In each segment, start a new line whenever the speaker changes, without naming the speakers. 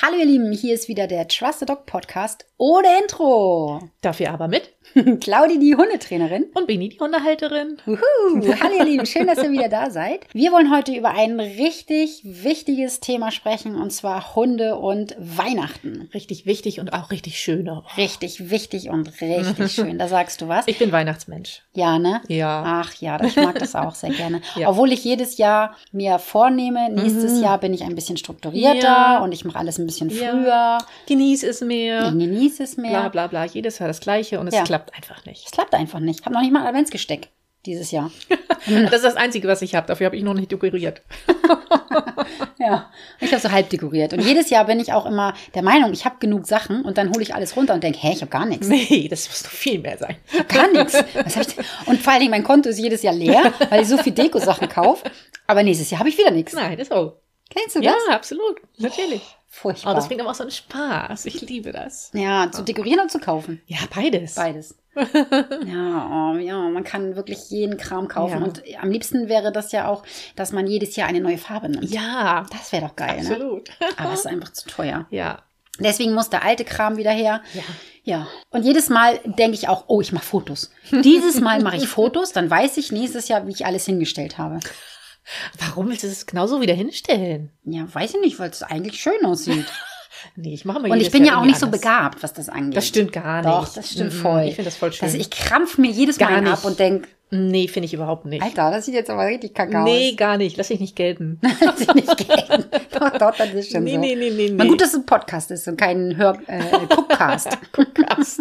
Hallo ihr Lieben, hier ist wieder der Trust the Dog Podcast ohne Intro.
Dafür aber mit
Claudi, die Hundetrainerin.
und Beni, die Hundehalterin. Uh.
Uhu. Hallo ihr Lieben, schön, dass ihr wieder da seid. Wir wollen heute über ein richtig wichtiges Thema sprechen und zwar Hunde und Weihnachten.
Richtig wichtig und auch richtig schön. auch.
Richtig wichtig und richtig schön. Da sagst du was.
Ich bin Weihnachtsmensch.
Ja, ne?
Ja.
Ach ja, ich mag das auch sehr gerne.
Ja. Mhm.
Obwohl ich jedes Jahr mir vornehme, nächstes Jahr bin ich ein bisschen strukturierter
Ja.
und ich mache alles ein bisschen
Ja.
früher.
Genieß es mehr.
Ich genieße es mehr.
Bla bla bla. Jedes Jahr das Gleiche und es
Ja.
klappt einfach nicht.
Es klappt einfach nicht. Ich habe noch nicht mal ein Adventsgesteck dieses Jahr.
Das ist das Einzige, was ich habe. Dafür habe ich noch nicht dekoriert.
Ja. Ich habe so halb dekoriert. Und jedes Jahr bin ich auch immer der Meinung, ich habe genug Sachen und dann hole ich alles runter und denke, hä, ich habe gar nichts.
Nee, das muss noch viel mehr sein.
Ich habe gar nichts. Was hab ich denn? Und vor allen Dingen, mein Konto ist jedes Jahr leer, weil ich so viel Deko-Sachen kaufe. Aber nächstes Jahr habe ich wieder nichts.
Nein, das auch.
Kennst du
Ja,
das?
absolut. Natürlich. Oh,
Furchtbar.
das bringt aber auch so einen Spaß. Ich liebe das.
ja, zu dekorieren und zu kaufen.
Ja, beides.
Beides. ja, oh, ja, man kann wirklich jeden Kram kaufen.
Ja.
Und am liebsten wäre das ja auch, dass man jedes Jahr eine neue Farbe nimmt.
Ja,
Das wäre doch geil, ne?
absolut.
Aber es ist einfach zu teuer.
Ja.
Deswegen muss der alte Kram wieder her.
Ja.
Ja. Und jedes Mal denke ich auch, oh, ich mache Fotos. Dieses Mal mache ich Fotos, dann weiß ich nächstes Jahr, wie ich alles hingestellt habe.
Warum willst du es genauso wieder hinstellen?
Ja, weiß ich nicht, weil es eigentlich schön aussieht.
Nee, ich mache mal
Und
Oh, jedes
ich bin
Jahr
ja auch nicht so
irgendwie anders.
begabt, was das angeht.
Das stimmt gar nicht.
Doch, das stimmt
Mhm,
voll.
Ich finde das voll schön.
Also ich krampf mir jedes Mal
Gar
einen ab
nicht.
und denke,
nee, finde ich überhaupt nicht.
Alter, das sieht jetzt aber richtig kacke
Nee,
nee.
gar nicht. Lass dich nicht gelten.
aus. Das sieht nicht gern. Doch, doch, das ist schon
nee,
so.
nee, nee, nee,
Na
nee.
gut, dass es ein Podcast ist und kein Hör äh, Guckcast.
Guckcast.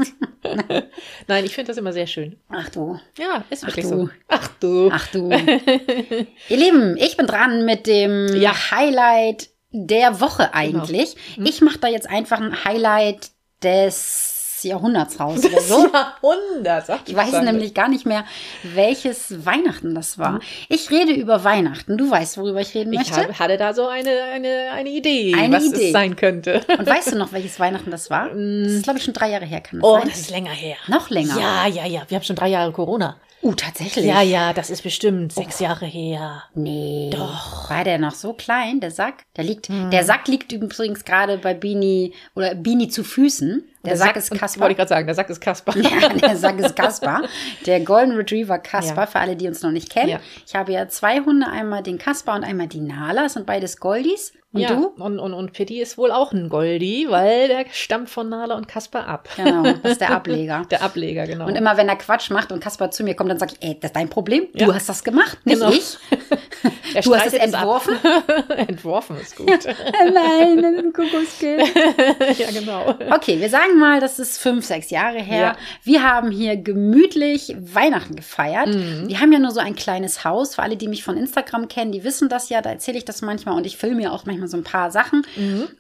Nein, ich finde das immer sehr schön.
Ach du.
Ja, ist
Ach
wirklich
du.
so. Ach du.
Ach du. Ihr Lieben, ich bin dran mit dem
Ja. Genau. Hm?
Highlight der Woche eigentlich. Ich mache da jetzt einfach ein Highlight des Jahrhunderts raus oder so.
Jahrhundert. sag
Ich weiß
Susanne.
nämlich gar nicht mehr, welches Weihnachten das war. Ich rede über Weihnachten. Du weißt, worüber ich reden
Hm? Ich
möchte.
hab, hatte da so eine, eine, eine Idee,
Eine
was
Idee.
es sein könnte.
Und weißt du noch, welches Weihnachten das war? Das ist, glaube ich, schon drei Jahre her, kann das
Oh,
sein?
das ist länger her.
Noch länger.
Ja, ja, ja. Wir haben schon drei Jahre Corona.
Uh, tatsächlich.
Ja, ja, das ist bestimmt
Oh.
sechs Jahre her.
Nee. Doch. War der noch so klein, der Sack? Der liegt,
Hm.
der Sack liegt übrigens gerade bei Bini oder Bini zu Füßen. Der, Sack, ist
und-
Kasper.
Wollte ich gerade sagen, der Sack ist Kasper.
Ja, der Sack ist Kasper. Der Golden Retriever Kasper,
Ja.
für alle, die uns noch nicht kennen.
Ja.
Ich habe ja zwei Hunde, einmal den Kasper und einmal die Nala, das sind beides Goldies. Und
ja,
du?
Und, und, und Pitti ist wohl auch ein Goldi, weil der stammt von Nala und Kasper ab.
Genau, das ist der Ableger.
Der Ableger, genau.
Und immer wenn er Quatsch macht und Kasper zu mir kommt, dann sage ich, ey, das ist dein Problem. Du
Ja.
hast das gemacht, nicht
Genau.
ich.
er
Du hast es
streitet ab.
entworfen.
entworfen ist gut.
Nein, das ist ein Kuckuckskind.
ja, genau.
Okay, wir sagen mal, das ist fünf, sechs Jahre her.
Ja.
Wir haben hier gemütlich Weihnachten gefeiert. Wir haben ja nur so ein kleines Haus. Für alle, die mich von Instagram kennen, die wissen das ja. Da erzähle ich das manchmal und ich filme ja auch manchmal so ein paar Sachen.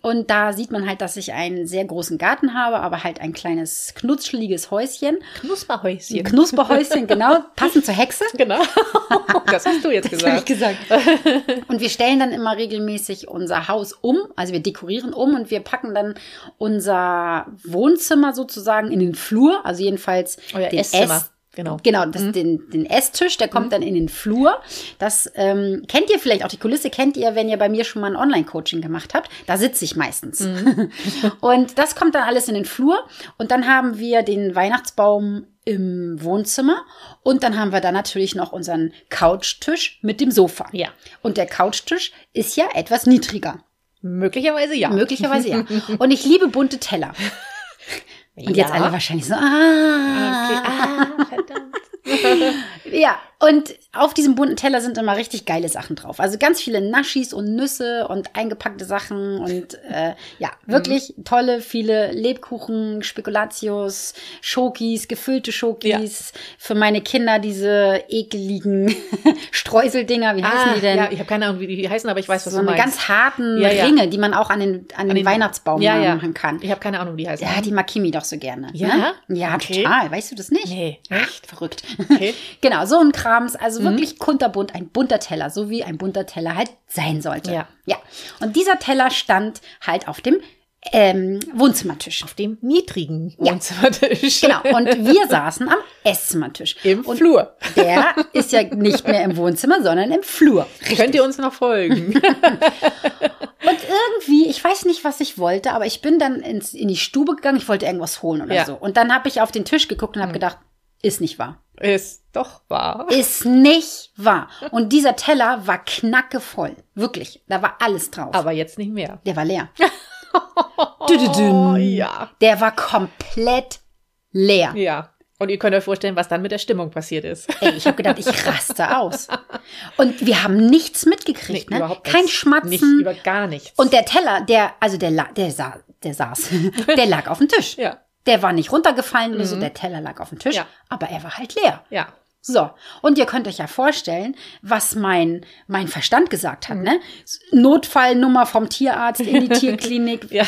Und da sieht man halt, dass ich einen sehr großen Garten habe, aber halt ein kleines knutschliges Häuschen. Ein
Knusperhäuschen.
Knusperhäuschen, genau, passend zur Hexe.
Genau. das hast du jetzt
Das habe ich
gesagt.
gesagt. Und wir stellen dann immer regelmäßig unser Haus um, also wir dekorieren um und wir packen dann unser Wohnzimmer sozusagen in den Flur, also jedenfalls
Euer
den
Esszimmer,
Ess-
genau. Mhm.
Genau, das, den, den Esstisch, der kommt dann in den Flur. Das ähm, kennt ihr vielleicht auch, die Kulisse kennt ihr, wenn ihr bei mir schon mal ein Online-Coaching gemacht habt. Da sitze ich meistens.
Mhm.
und das kommt dann alles in den Flur. Und dann haben wir den Weihnachtsbaum im Wohnzimmer. Und dann haben wir da natürlich noch unseren Couchtisch mit dem Sofa.
Ja.
Und der Couchtisch ist ja etwas niedriger.
Möglicherweise ja.
Möglicherweise ja. Und ich liebe bunte Teller. Und jetzt
ja.
alle wahrscheinlich so, ah,
Okay. Ah, verdammt.
Ja, und auf diesem bunten Teller sind immer richtig geile Sachen drauf. Also ganz viele Naschis und Nüsse und eingepackte Sachen und äh, ja,
Mhm.
wirklich tolle, viele Lebkuchen, Spekulatius, Schokis, gefüllte Schokis. Für meine Kinder diese ekligen Streuseldinger, wie heißen
Ah,
die denn?
Ja, ich habe keine Ahnung, wie die heißen, aber ich weiß, was
so
du
eine
meinst.
ganz harten
Ja, ja.
Ringe, die man auch an den, an den, Weihnachtsbaum
ja, ja.
machen kann.
Ich habe keine Ahnung, wie die heißen.
Ja, die mag Kimi doch so gerne.
Ja?
Ne? Ja,
Okay.
total. Weißt du das nicht?
Nee.
Echt? Verrückt.
Okay. Mhm.
genau, so ein Krams. Also wirklich kunterbunt, ein bunter Teller, so wie ein bunter Teller halt sein sollte.
Ja.
Ja. Und dieser Teller stand halt auf dem ähm, Wohnzimmertisch.
Auf dem niedrigen
Ja.
Wohnzimmertisch.
Genau, und wir saßen am Esszimmertisch.
Im
und
Flur.
Der ist ja nicht mehr im Wohnzimmer, sondern im Flur.
Könnt ihr uns noch folgen?
Und irgendwie, ich weiß nicht, was ich wollte, aber ich bin dann ins, in die Stube gegangen, ich wollte irgendwas holen oder
Ja. Mhm.
so. Und dann habe ich auf den Tisch geguckt und habe gedacht, ist nicht wahr.
Ist doch wahr.
Ist nicht wahr. Und dieser Teller war knackevoll. Wirklich. Da war alles drauf.
Aber jetzt nicht mehr.
der war leer. Düdüdün.
ja.
Der war komplett leer.
Ja. Und ihr könnt euch vorstellen, was dann mit der Stimmung passiert ist.
Ey, ich habe gedacht, ich raste aus. Und wir haben nichts mitgekriegt, ne? Kein
nichts.
Schmatzen.
Nicht über gar nichts.
und der Teller, der, also der, la- der, sa der saß, der lag auf dem Tisch.
ja.
Der war nicht runtergefallen oder so, der Teller lag auf dem Tisch,
Mhm. Ja.
aber er war halt leer.
Ja.
So, und ihr könnt euch ja vorstellen, was mein, mein Verstand gesagt
Mhm.
hat, ne? Notfallnummer vom Tierarzt in die Tierklinik,
Ja.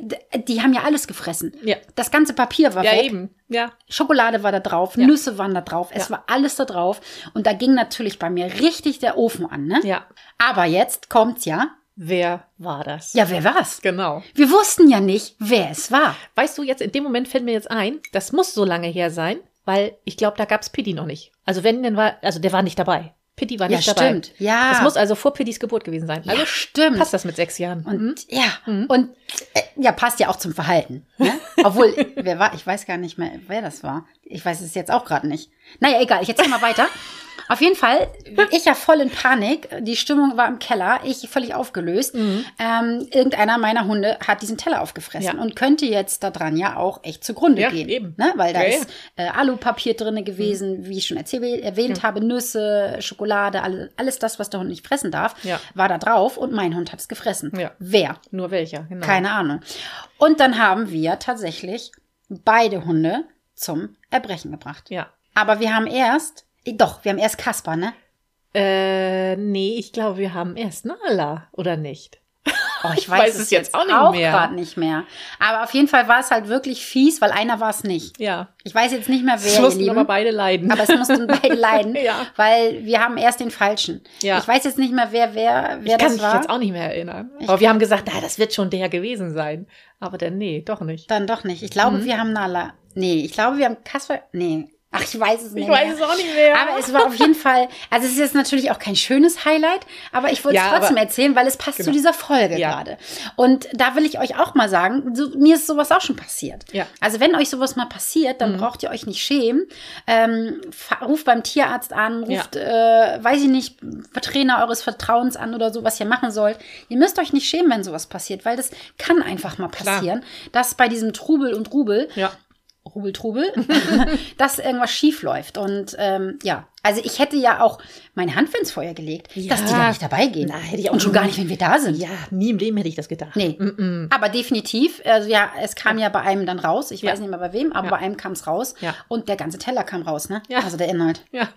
D- die haben ja alles gefressen.
Ja.
Das ganze Papier war
Ja,
weg,
eben. Ja.
Schokolade war da drauf, Nüsse waren da drauf, es war alles da drauf. Und da ging natürlich bei mir richtig der Ofen an, ne?
Ja.
Aber jetzt kommt's ja,
Wer war das?
ja, wer war's?
Genau.
Wir wussten ja nicht, wer es war.
Weißt du, jetzt in dem Moment fällt mir jetzt ein, das muss so lange her sein, weil ich glaube, da gab es Pitti noch nicht. Also wenn, dann war, also der war nicht dabei. Pitti war
Ja,
nicht dabei.
stimmt. Ja.
Das muss also vor Pittis Geburt gewesen sein. Also
ja, stimmt.
passt das mit sechs Jahren.
Und ja,
Mhm.
und äh, ja, passt ja auch zum Verhalten. Ne? Obwohl, wer war, ich weiß gar nicht mehr, wer das war. Ich weiß es jetzt auch gerade nicht. Naja, egal, ich erzähl mal weiter. Auf jeden Fall, ich ja voll in Panik. Die Stimmung war im Keller, ich völlig aufgelöst. Ähm, irgendeiner meiner Hunde hat diesen Teller aufgefressen
Mhm. Ja.
und könnte jetzt daran ja auch echt zugrunde
Ja,
gehen.
eben.
Ne? Weil da
Ja, Mhm. ja.
ist äh, Alupapier drinne gewesen, wie ich schon erzähl, erwähnt habe, Nüsse, Schokolade, alle, alles das, was der Hund nicht fressen darf,
Ja.
war da drauf und mein Hund hat es gefressen.
Ja.
Wer?
Nur welcher, genau.
Keine Ahnung. Und dann haben wir tatsächlich beide Hunde zum Erbrechen gebracht.
Ja.
Aber wir haben erst, eh, doch, wir haben erst Kasper, ne?
Äh, nee, ich glaube, wir haben erst Nala, oder nicht?
Oh, ich
weiß es jetzt auch nicht
auch
mehr.
grad nicht mehr. Aber auf jeden Fall war es halt wirklich fies, weil einer war es nicht.
Ja.
Ich weiß jetzt nicht mehr, wer,
Es
ihr
mussten
Lieben.
aber beide leiden.
aber es mussten beide leiden,
Ja.
weil wir haben erst den Falschen.
Ja.
Ich weiß jetzt nicht mehr, wer, wer, wer
ich kann
das
mich
war.
jetzt auch nicht mehr erinnern. Aber wir haben gesagt, na, das wird schon der gewesen sein. Aber dann, nee, doch nicht.
Dann doch nicht. Ich
Mhm.
glaube, wir haben Nala. Nee, ich glaube, wir haben Kasper. Nee. Ach, ich weiß es nicht.
Ich weiß
mehr.
es auch nicht mehr.
Aber es war auf jeden Fall, also es ist jetzt natürlich auch kein schönes Highlight, aber ich wollte es
Ja,
trotzdem
aber-
erzählen, weil es passt zu
Genau.
dieser Folge
Ja.
gerade. Und da will ich euch auch mal sagen, so, mir ist sowas auch schon passiert.
Ja. Mhm.
Also wenn euch sowas mal passiert, dann braucht ihr euch nicht schämen. Ähm, fa- ruft beim Tierarzt an, ruft, äh, weiß ich nicht, Trainer eures Vertrauens an oder so, was ihr machen sollt. Ihr müsst euch nicht schämen, wenn sowas passiert, weil das kann einfach mal
Klar.
passieren, dass bei diesem Trubel und Rubel
ja.
Rubel, Trubel, dass irgendwas schief läuft. Und ähm, ja, also ich hätte ja auch meine Hand ins Feuer gelegt,
Ja.
dass die da nicht dabei gehen.
Nein, hätte ich auch
Und schon gar nicht, wenn wir da sind.
Ja, nie im Leben hätte ich das gedacht.
Nee.
Mm-mm.
Aber definitiv, also ja, es kam ja bei einem dann raus. Ich
Ja.
weiß nicht mehr bei wem, aber
Ja.
bei einem kam es raus.
Ja.
Und der ganze Teller kam raus, ne?
Ja.
Also der Inhalt
Ja.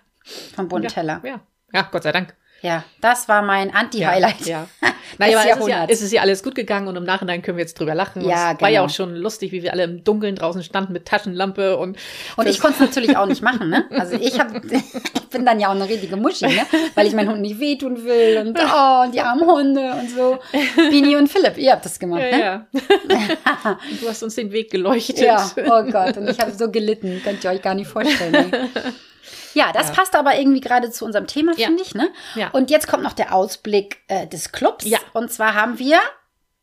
vom bunten Teller.
Ja. ja, Gott sei Dank.
Ja, das war mein Anti-Highlight.
Ja. ja. Naja, aber es ist ja,
Jahrhunderts.
es ist ja alles gut gegangen und im Nachhinein können wir jetzt drüber lachen. Und
Ja,
es war ja
genau.
auch schon lustig, wie wir alle im Dunkeln draußen standen mit Taschenlampe und.
Und ich konnte es natürlich auch nicht machen, ne? Also ich, hab, ich bin dann ja auch eine richtige Muschi, ne? Weil ich meinen Hund nicht wehtun will und oh, und die armen Hunde und so. Bini und Philipp, ihr habt das gemacht,
Ja,
ne?
ja. du hast uns den Weg geleuchtet.
Ja, oh Gott, und ich habe so gelitten, könnt ihr euch gar nicht vorstellen. Ne? Ja, das passt aber irgendwie gerade zu unserem Thema,
Ja.
finde ich. Ne?
Ja.
Und jetzt kommt noch der Ausblick äh, des Clubs.
Ja.
Und zwar haben wir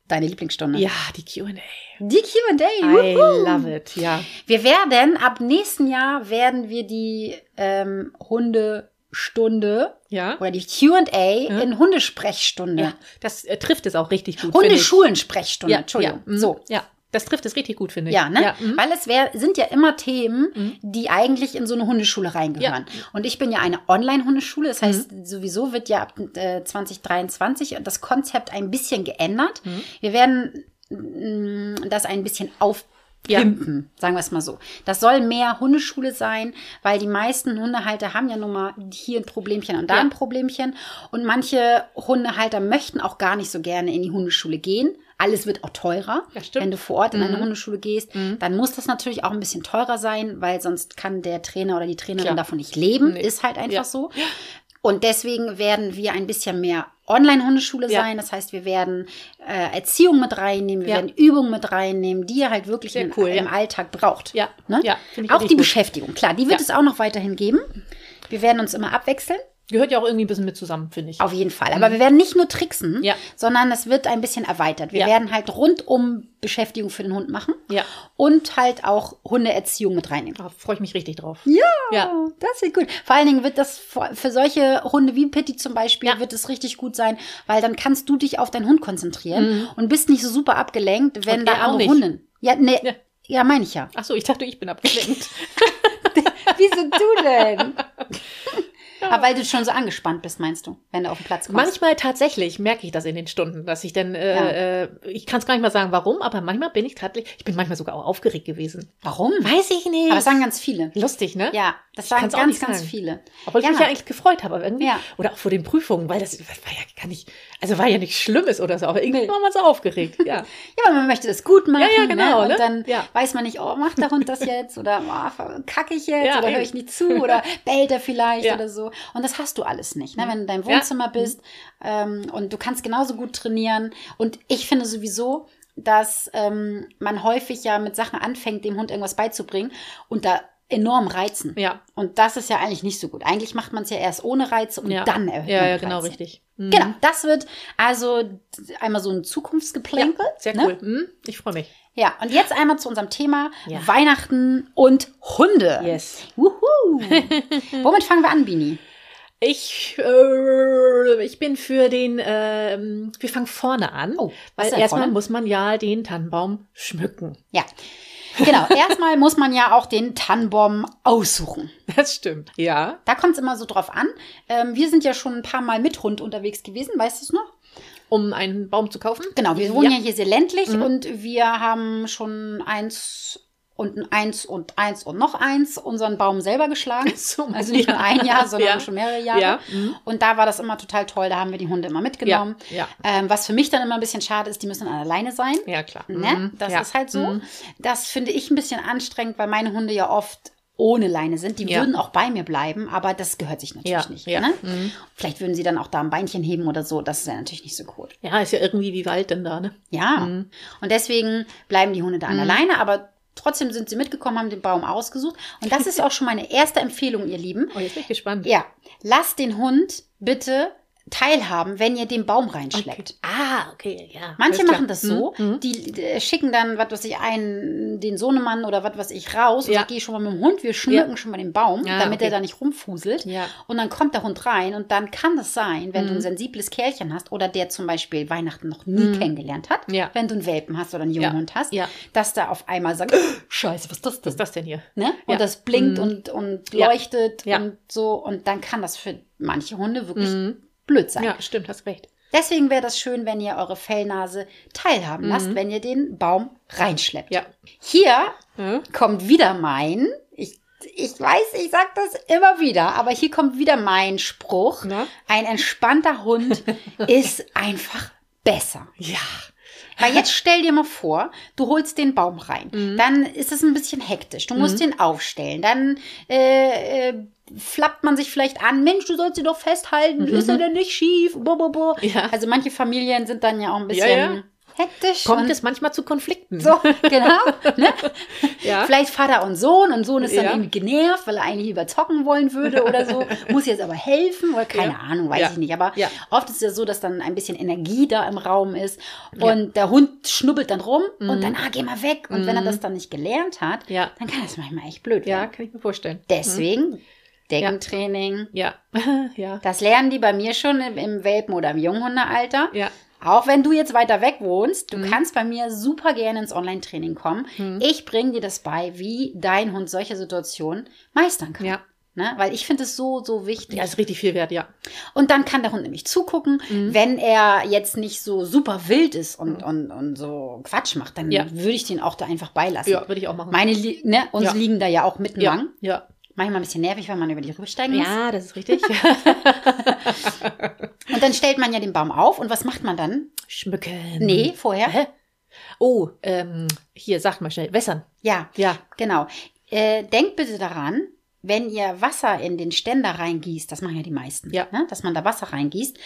deine Lieblingsstunde.
Ja, die QA.
Die QA.
I
Wuhu.
love it, ja.
Wir werden ab nächsten Jahr werden wir die ähm, Hundestunde
Ja.
oder die QA in Hundesprechstunde.
ja. Das äh, trifft es auch richtig gut. finde ich.
Hundeschulensprechstunde,
Ja,
Entschuldigung.
Ja, mm,
So.
Ja, das trifft es richtig gut, finde ich. Mhm.
Ja, ne?
mm.
Weil es wär, sind ja immer Themen, die eigentlich in so eine Hundeschule reingehören. Und ich bin ja eine Online-Hundeschule. Das heißt,
Mhm.
sowieso wird ja ab äh, 2023 das Konzept ein bisschen geändert.
Mhm.
Wir werden mm, das ein bisschen aufpimpen, sagen wir es mal so. Das soll mehr Hundeschule sein, weil die meisten Hundehalter haben ja nun mal hier ein Problemchen und da
Ja.
ein Problemchen. Und manche Hundehalter möchten auch gar nicht so gerne in die Hundeschule gehen. Alles wird auch teurer.
Ja, stimmt.
Wenn du vor Ort in
Mhm.
eine Hundeschule gehst, dann muss das natürlich auch ein bisschen teurer sein, weil sonst kann der Trainer oder die Trainerin
Klar.
davon nicht leben.
Nee.
Ist halt einfach
Ja.
so. Und deswegen werden wir ein bisschen mehr Online-Hundeschule
Ja.
sein. Das heißt, wir werden äh, Erziehung mit reinnehmen, wir
Ja.
werden Übungen mit reinnehmen, die ihr halt wirklich
Sehr
in,
cool,
im
ja.
Alltag braucht.
Ja,
Ne?
ja, finde ich
auch
richtig
die
gut.
Beschäftigung, klar, die wird
Ja.
es auch noch weiterhin geben. Wir werden uns immer abwechseln.
Gehört ja auch irgendwie ein bisschen mit zusammen, finde ich.
Auf jeden Fall. Aber wir werden nicht nur tricksen,
Mhm. Ja.
sondern es wird ein bisschen erweitert. Wir
Ja.
werden halt rundum Beschäftigung für den Hund machen
Ja.
und halt auch Hundeerziehung mit reinnehmen.
Da freue ich mich richtig drauf.
Ja,
Ja.
das wird gut. Vor allen Dingen wird das vor- für solche Hunde wie Pitti zum Beispiel,
Ja.
wird es richtig gut sein, weil dann kannst du dich auf deinen Hund konzentrieren und bist nicht so super abgelenkt, wenn
Und
da
er Mhm. auch
andere
nicht.
Hunde. Ja, nee, ja,
Ja.
meine ich ja.
Ach so, ich dachte, ich bin abgelenkt.
Wieso du denn? Aber weil du schon so angespannt bist, meinst du, wenn du auf den Platz kommst?
Manchmal tatsächlich merke ich das in den Stunden, dass ich dann, äh, äh, ich kann es gar nicht mal sagen, warum, aber manchmal bin ich tatsächlich, ich bin manchmal sogar auch aufgeregt gewesen.
Warum?
Weiß ich nicht.
Hm. Aber das sagen ganz viele.
Lustig, ne?
Ja, das sagen
kann's auch
ganz,
nicht
ganz
sagen.
viele.
Obwohl ich
Ja.
mich ja eigentlich gefreut habe, aber irgendwie.
Ja.
Oder auch vor den Prüfungen, weil das das war ja gar nicht, also war ja nichts Schlimmes oder so, aber irgendwie
Nee.
war man so aufgeregt.
Ja,
Ja.
aber man möchte das gut machen.
Ja, ja, genau,
Ne? Und
ne?
dann
Ja.
weiß man nicht, oh, macht der Hund das jetzt? Oder oh, kacke ich jetzt?
Ja,
oder
eben.
höre ich nicht zu? Oder bellt er vielleicht?
Ja. Mhm.
Oder so. Und das hast du alles nicht, ne? wenn du in deinem
Ja.
Wohnzimmer bist. Ähm, und du kannst genauso gut trainieren. Und ich finde sowieso, dass ähm, man häufig ja mit Sachen anfängt, dem Hund irgendwas beizubringen und da enorm reizen.
Ja.
Und das ist ja eigentlich nicht so gut. Eigentlich macht man es ja erst ohne Reize und
ja.
dann erhöht
Ja,
man
ja,
die
genau,
Reize.
richtig. Mhm.
Genau, das wird also d- einmal so ein
Ja,
Zukunftsgeplänkel.
sehr
ne?
cool. Mhm. Ich freue mich.
Ja, und jetzt einmal zu unserem Thema
Ja.
Weihnachten und Hunde.
Yes.
Wuhu. Womit fangen wir an, Bini?
Ich, äh, ich bin für den, ähm, wir fangen vorne an,
Oh, was
weil
denn
erstmal
vorne?
muss man ja den Tannenbaum schmücken.
Ja. Genau, erstmal muss man ja auch den Tannenbaum aussuchen.
Das stimmt. Ja.
Da kommt es immer so drauf an. Ähm, wir sind ja schon ein paar Mal mit Hund unterwegs gewesen, weißt du es noch?
Um einen Baum zu kaufen?
Genau, wir wohnen ja,
ja Mhm.
hier sehr ländlich und wir haben schon eins und ein eins und eins und noch eins unseren Baum selber geschlagen.
So, mein
Also nicht nur
Jahr.
ein Jahr, sondern
Ja.
schon mehrere Jahre.
Ja, mhm.
Und da war das immer total toll. Da haben wir die Hunde immer mitgenommen.
Ja, ja.
Ähm, was für mich dann immer ein bisschen schade ist, die müssen dann alleine sein.
Ja, klar.
Ne?
Mhm.
Das
ja.
ist halt so.
Mhm.
Das finde ich ein bisschen anstrengend, weil meine Hunde ja oft ohne Leine sind. Die
Ja.
würden auch bei mir bleiben, aber das gehört sich natürlich
Ja,
nicht.
ja.
Ne?
Mhm.
Vielleicht würden sie dann auch da ein Beinchen heben oder so. Das ist ja natürlich nicht so cool.
Ja, ist ja irgendwie wie Wald denn da, ne?
Ja. Und deswegen bleiben die Hunde da
Mhm.
an alleine, aber trotzdem sind sie mitgekommen, haben den Baum ausgesucht. Und das ist auch schon meine erste Empfehlung, ihr Lieben.
Oh, jetzt bin ich gespannt.
Ja, lasst den Hund bitte teilhaben, wenn ihr den Baum reinschleppt.
Ah, okay, ja.
Manche
alles klar.
machen das so,
Mhm. Mhm.
die äh, schicken dann, was weiß ich, einen, den Sohnemann oder was weiß ich, raus und
Ja.
ja. geh schon mal mit dem Hund, wir schmücken schon mal den Baum,
Ja,
damit er
okay.
da nicht rumfuselt.
Ja. Mhm.
Und dann kommt der Hund rein und dann kann das sein, wenn du ein sensibles Kerlchen hast oder der zum Beispiel Weihnachten noch nie kennengelernt hat,
Ja.
wenn du einen Welpen hast oder einen jungen
Ja.
Hund hast,
Ja.
dass da auf einmal sagt, scheiße, Also, was ist das denn?
Was ist das denn hier?
Ne? Und
Ja. Mhm.
das blinkt und, und
Ja.
leuchtet
Ja.
und so. Und dann kann das für manche Hunde wirklich blöd sein.
Hm. Ja, stimmt, hast recht.
Deswegen wäre das schön, wenn ihr eure Fellnase teilhaben lasst, wenn ihr den Baum reinschleppt.
Mhm. Ja.
Hier
Ja.
kommt wieder mein, ich, ich weiß, ich sag das immer wieder, aber hier kommt wieder mein Spruch.
Na?
Ein entspannter Hund ist einfach besser.
Ja.
Weil jetzt stell dir mal vor, du holst den Baum rein.
Mhm.
Dann ist es ein bisschen hektisch. Du musst den aufstellen. Dann äh, äh, flappt man sich vielleicht an. Mensch, du sollst ihn doch festhalten. Ist er denn nicht schief? Bo, bo, bo.
Mhm. Ja.
Also manche Familien sind dann ja auch ein bisschen
Ja, ja.
hektisch.
Kommt
und
es manchmal zu Konflikten?
so, genau. Ne?
Ja.
Vielleicht Vater und Sohn und Sohn ist dann
Ja.
irgendwie genervt, weil er eigentlich lieber zocken wollen würde oder so, muss jetzt aber helfen oder keine
Ja.
Ahnung, weiß
Ja.
ich nicht. Aber
Ja.
oft ist es ja so, dass dann ein bisschen Energie da im Raum ist und der Hund schnubbelt dann rum
Mhm.
und dann, ah, geh mal weg. Und wenn er das dann nicht gelernt hat,
Ja.
dann kann das manchmal echt blöd
Mhm. Ja, Mhm.
werden.
kann ich mir vorstellen. Hm?
Deswegen Deckentraining.
Ja. ja.
Das lernen die bei mir schon im, im Welpen- oder im Junghundealter.
Ja.
Auch wenn du jetzt weiter weg wohnst,
Mhm.
du kannst bei mir super gerne ins Online-Training kommen. Ich bringe dir das bei, wie dein Hund solche Situationen meistern kann.
Ja.
Ne? Weil ich finde es so, so wichtig.
Ja, ist richtig viel wert, ja.
Und dann kann der Hund nämlich zugucken,
Mhm.
wenn er jetzt nicht so super wild ist und, und, und so Quatsch macht, dann
Ja.
würde ich den auch da einfach beilassen.
Ja, würde ich auch machen.
Meine, li- ne, uns
Ja.
liegen da ja auch mitten
ja.
lang.
ja.
Manchmal ein bisschen nervig, weil man über die rübersteigen muss.
Ja, das ist richtig.
Und dann stellt man ja den Baum auf und was macht man dann?
Schmücken.
Nee, vorher.
Hä? Oh, ähm, hier, sagt mal schnell. Wässern.
Ja,
Ja.
genau. Äh, denkt bitte daran, wenn ihr Wasser in den Ständer reingießt, das machen ja die meisten,
Ja.
ne? dass man da Wasser reingießt,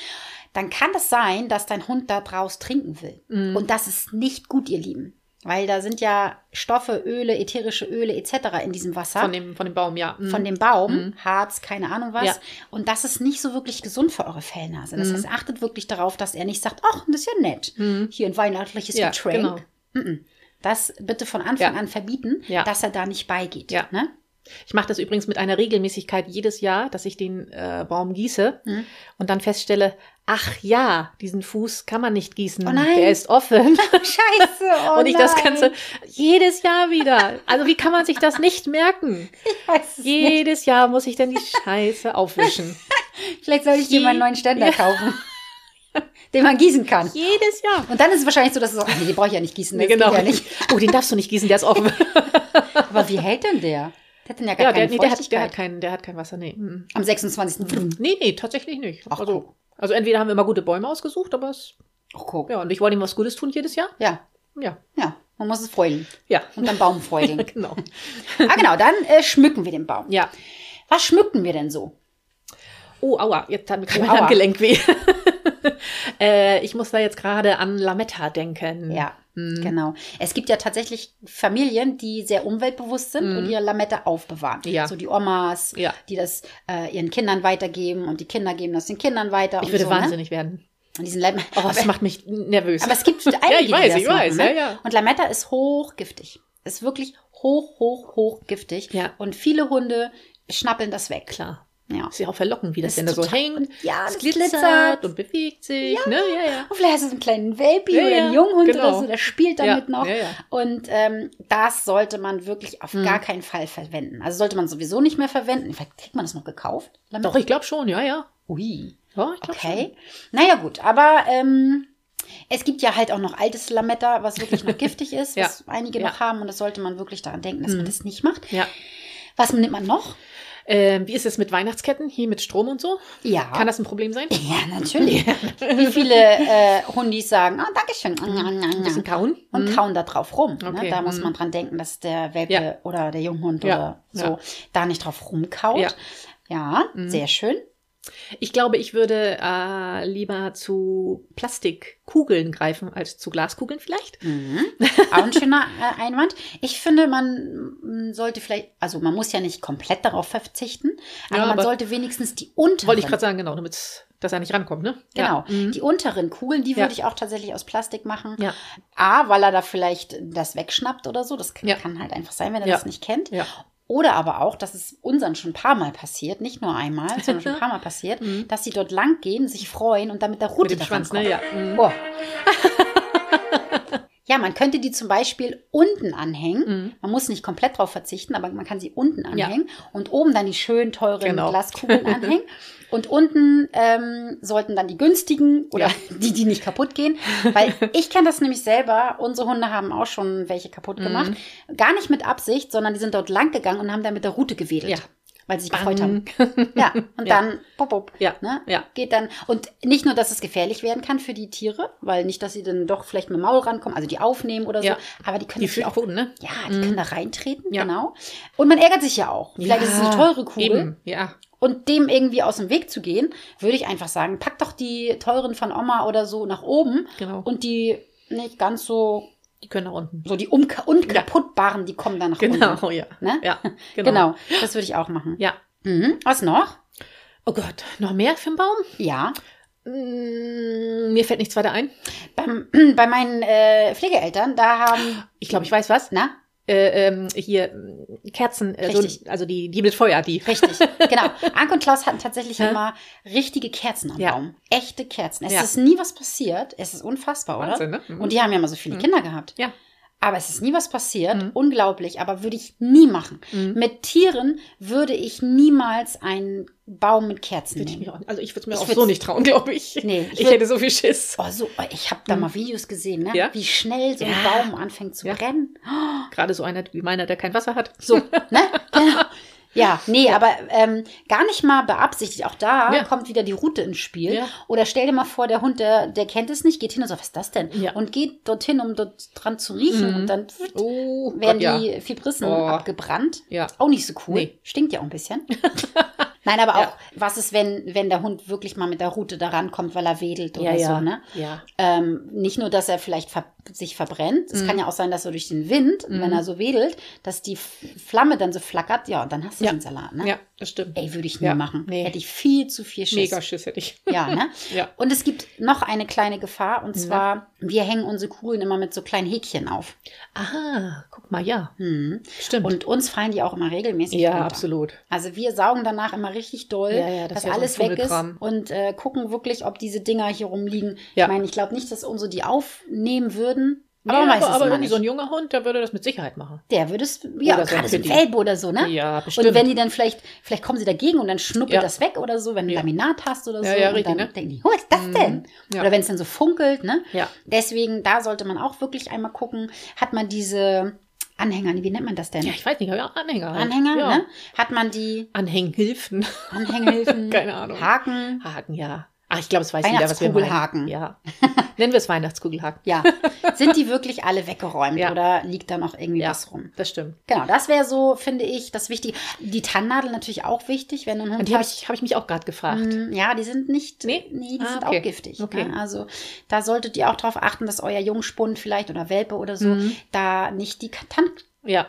dann kann es sein, dass dein Hund da draus trinken will. Und das ist nicht gut, ihr Lieben. Weil da sind ja Stoffe, Öle, ätherische Öle etc. in diesem Wasser.
Von dem, von dem Baum, ja. Mhm.
von dem Baum, Harz, keine Ahnung was.
Ja. Mhm.
Und das ist nicht so wirklich gesund für eure Fellnase. Das heißt, achtet wirklich darauf, dass er nicht sagt, ach, das ist ja nett. Hier ein weihnachtliches
Ja,
Getränk.
genau.
Mhm. Das bitte von Anfang
Ja.
an verbieten,
Ja.
dass er da nicht beigeht.
Ja.
Ne?
Ich mache das übrigens mit einer Regelmäßigkeit jedes Jahr, dass ich den äh, Baum gieße
Mhm.
und dann feststelle, ach ja, diesen Fuß kann man nicht gießen.
Oh nein.
Der ist
Scheiße.
offen.
Oh
und ich das
nein.
Ganze jedes Jahr wieder. Also wie kann man sich das nicht merken?
Ich weiß es nicht.
Jedes Jahr muss ich dann die Scheiße aufwischen.
Vielleicht soll ich dir mal einen neuen Ständer
Ja.
kaufen, den man gießen kann.
Jedes Jahr.
Und dann ist es wahrscheinlich so, dass du sagst, ach nee, den brauche ich ja nicht gießen. Das geht ja nicht.
Oh, den darfst du nicht gießen, der ist offen.
Aber wie hält denn der? Der hat denn ja gar
ja, der,
keine
nee, der, hat,
Feuchtigkeit.
der, hat kein, der hat kein Wasser, nee. Mhm.
Am 26. Brumm.
Nee, nee, tatsächlich nicht.
Ach,
also, also entweder haben wir immer gute Bäume ausgesucht, aber es,
Oh, guck.
ja, und ich wollte ihm was Gutes tun jedes Jahr.
Ja.
Ja,
ja, man muss es freudeln.
ja,
Und am Baum freudeln.
genau.
ah, genau, dann äh, schmücken wir den Baum.
Ja.
Was schmücken wir denn so?
Oh, aua, jetzt hat mir
Oh,
mein
aua.
Handgelenk weh. äh, ich muss da jetzt gerade an Lametta denken.
Ja,
Mhm.
genau. Es gibt ja tatsächlich Familien, die sehr umweltbewusst sind
Mhm.
und ihre Lametta aufbewahren.
Ja.
So die Omas,
Ja.
die das äh, ihren Kindern weitergeben und die Kinder geben das den Kindern weiter.
Ich
und
würde
so, Ne?
wahnsinnig werden.
Und diesen Lam
Oh, das
aber,
macht mich nervös.
aber es gibt einige,
ja, ich
die
weiß,
das
ich
machen,
weiß,
ne?
ja, ja.
Und Lametta ist hochgiftig. Ist wirklich hoch, hoch, hoch giftig.
Ja.
Und viele Hunde schnappeln das weg.
Klar.
Ja.
Ist ja auch verlockend, wie das
Ist
denn da so
total-
hängt.
Ja,
es
das
glitzert,
glitzert.
und bewegt sich. Ja, ne? ja, ja.
Und vielleicht hast du so einen kleinen Welpi
Ja,
oder
ja,
einen Junghund oder
genau.
so, der spielt damit
ja,
noch.
Ja, ja.
Und ähm, das sollte man wirklich auf
Mhm.
gar keinen Fall verwenden. Also sollte man sowieso nicht mehr verwenden. Vielleicht kriegt man das noch gekauft. Lametta?
Doch, ich glaube schon, ja, ja.
Ui.
Ja, ich glaub
Okay. Naja, gut. Aber ähm, es gibt ja halt auch noch altes Lametta, was wirklich noch giftig ist,
Ja.
was einige
Ja.
noch haben. Und das sollte man wirklich daran denken, dass man
Mhm.
das nicht macht.
schon. Ja.
Was nimmt man noch?
Ähm, wie ist es mit Weihnachtsketten? Hier mit Strom und so?
Ja.
Kann das ein Problem sein?
ja, natürlich. Wie viele äh, Hundis sagen, ah, Dankeschön.
Ein bisschen kauen?
und
Mhm.
kauen da drauf rum. Ne?
Okay,
Da muss
mhm.
man dran denken, dass der Welpe
Ja.
oder der Junghund
Ja,
oder so
ja.
da nicht drauf rumkaut. Ja,
Ja.
Mhm. sehr schön.
Ich glaube, ich würde äh, lieber zu Plastikkugeln greifen als zu Glaskugeln vielleicht.
Mhm. Auch ein schöner äh, Einwand. Ich finde, man mm, sollte vielleicht, also man muss ja nicht komplett darauf verzichten, aber,
Ja,
man
aber-
sollte wenigstens die unteren.
Wollte ich gerade sagen, genau, damit dass er nicht rankommt, ne?
Genau,
Ja. Mhm.
die unteren Kugeln, die
Ja.
würde ich auch tatsächlich aus Plastik machen.
Ja.
A, weil er da vielleicht das wegschnappt oder so. Das kann,
Ja.
kann halt einfach sein, wenn er
Ja.
das nicht kennt.
Ja.
Oder aber auch, dass es unseren schon ein paar Mal passiert, nicht nur einmal, sondern schon ein paar Mal passiert,
Mhm.
dass sie dort lang gehen, sich freuen und damit der
Mit
Rute
dem
daran
Schwanz,
kommt.
ne? Ja. Mhm.
Oh. ja, man könnte die zum Beispiel unten anhängen.
Mhm.
Man muss nicht komplett drauf verzichten, aber man kann sie unten anhängen und oben dann die schön teuren
Genau.
Glaskugeln anhängen. Und unten ähm, sollten dann die günstigen oder
Ja.
die, die nicht kaputt gehen. Weil ich kenne das nämlich selber. Unsere Hunde haben auch schon welche kaputt gemacht.
Mhm.
Gar nicht mit Absicht, sondern die sind dort lang gegangen und haben dann mit der Rute gewedelt.
Ja.
Weil sie sich
Bang.
gefreut haben. Ja, und
Ja.
dann pop, pop.
Ja.
Ne?
Ja.
Geht dann. Und nicht nur, dass es gefährlich werden kann für die Tiere, weil nicht, dass sie dann doch vielleicht mit dem Maul rankommen, also die aufnehmen oder so,
Ja.
aber die können
Die
natürlich
fühlen
auch.
Quoten, ne?
Ja, die können da reintreten,
Ja.
genau. Und man ärgert sich ja auch. Vielleicht ist es eine teure Kugel.
Eben, ja.
Und dem irgendwie aus dem Weg zu gehen, würde ich einfach sagen, pack doch die teuren von Oma oder so nach oben
Genau.
und die nicht ganz so,
die können nach unten.
so die unka- unkaputtbaren, die kommen dann nach unten.
Genau, ja.
Ne?
Ja,
Genau.
genau.
Das würde ich auch machen.
Ja.
Mhm. Was noch?
Oh Gott, noch mehr für den Baum?
Ja.
Mm, mir fällt nichts weiter ein.
Beim, bei meinen äh, Pflegeeltern, da haben,
Ich glaube, ich weiß was.
na,
Äh, ähm, hier, mm, Kerzen, äh, so,
Richtig.
also die, die mit Feuer, die.
richtig, genau. Anke und Klaus hatten tatsächlich
Hä?
immer richtige Kerzen am
Ja.
Baum. Echte Kerzen. Es
Ja.
ist nie was passiert. Es ist unfassbar, oder?
Wahnsinn, ne? Mhm.
Und die haben ja immer so viele Kinder gehabt.
Ja.
Aber es ist nie was passiert.
Mhm.
Unglaublich, aber würde ich nie machen.
Mhm.
Mit Tieren würde ich niemals einen Baum mit Kerzen
Würde ich
nehmen.
mir auch, also ich würde es mir
Mhm. Ich
auch
würd's-
so nicht trauen, glaube ich.
Nee, ich
ich
würd-
hätte so viel Schiss.
Oh, so, oh, ich habe da mal Videos gesehen, ne?
Ja.
wie schnell so ein
Ja.
Baum anfängt zu
Ja.
brennen.
Gerade so einer wie meiner, der kein Wasser hat.
Oh. So, ne? Genau. Ja, nee, aber ähm, gar nicht mal beabsichtigt. Auch da
Ja.
kommt wieder die Route ins Spiel.
Ja.
Oder stell dir mal vor, der Hund, der, der kennt es nicht, geht hin und sagt, was ist das denn?
Ja.
Und geht dorthin, um dort dran zu riechen.
Mhm.
Und dann
Oh,
werden
Gott, ja.
die Fibrissen
Oh.
abgebrannt.
Ja.
Auch nicht so cool.
Nee.
Stinkt ja auch ein bisschen. Nein, aber auch,
Ja.
was ist, wenn, wenn der Hund wirklich mal mit der Rute da rankommt, weil er wedelt oder
Ja,
so,
ja.
ne?
Ja.
Ähm, nicht nur, dass er vielleicht ver sich verbrennt,
Mhm.
es kann ja auch sein, dass so durch den Wind, wenn er so wedelt, dass die F- Flamme dann so flackert, ja, und dann hast du
Ja.
den Salat, ne?
Ja, das stimmt.
Ey, würde ich nie
Ja,
machen.
nee.
Hätte ich viel zu viel Schiss.
Mega Schiss hätte ich.
Ja, ne?
Ja.
Und es gibt noch eine kleine Gefahr, und zwar, wir hängen unsere Kugeln immer mit so kleinen Häkchen auf.
Aha, guck mal, ja.
Hm.
Stimmt.
Und uns fallen die auch immer regelmäßig
ja,
runter.
absolut.
Also wir saugen danach immer richtig doll,
Ja, ja,
dass
das wär so
alles
ein
weg ist
Vogelkram.
und äh, gucken wirklich, ob diese Dinger hier rumliegen.
Ja.
Ich meine, ich glaube nicht, dass unsere die aufnehmen würden, aber
Nee,
man weiß
aber,
es
aber
immer
irgendwie
nicht.
so ein junger Hund, der würde das mit Sicherheit machen.
Der würde es, ja,
Oder so ein
gerade so ein
Kitty.
Welpe oder so, ne?
Ja,
Und
bestimmt.
wenn die dann vielleicht, vielleicht kommen sie dagegen und dann schnuppelt
Ja.
das weg oder so, wenn du
Ja.
Laminat hast oder
Ja,
so.
ja,
und
richtig,
dann
ne?
denken die, was ist das denn?
Ja.
Oder wenn es dann so funkelt, ne?
Ja.
Deswegen, da sollte man auch wirklich einmal gucken, hat man diese Anhänger, wie nennt man das denn?
Ja, ich weiß nicht, aber ja, Anhänger. Halt.
Anhänger,
ja.
ne? Hat man die
Anhänghilfen.
Anhänghilfen,
Keine Ahnung.
Haken?
Haken, ja. Ah, ich glaube, es weiß jeder, was wir meinen.
Weihnachtskugelhaken.
Ja. Nennen wir es Weihnachtskugelhaken.
Ja. Sind die wirklich alle weggeräumt
Ja.
oder liegt da noch irgendwie was rum?
Das stimmt.
Genau, das wäre so, finde ich, das Wichtige. Die Tannnadel natürlich auch wichtig, wenn ein Hund
Und die habe
hat-
ich, hab ich mich auch gerade gefragt.
Mm, Ja, die sind nicht, nee,
Nee?
die
Ah,
sind
okay.
auch giftig.
Okay.
Ne? Also da solltet ihr auch darauf achten, dass euer Jungspund vielleicht oder Welpe oder so
Mhm.
da nicht die, Tan
Ja.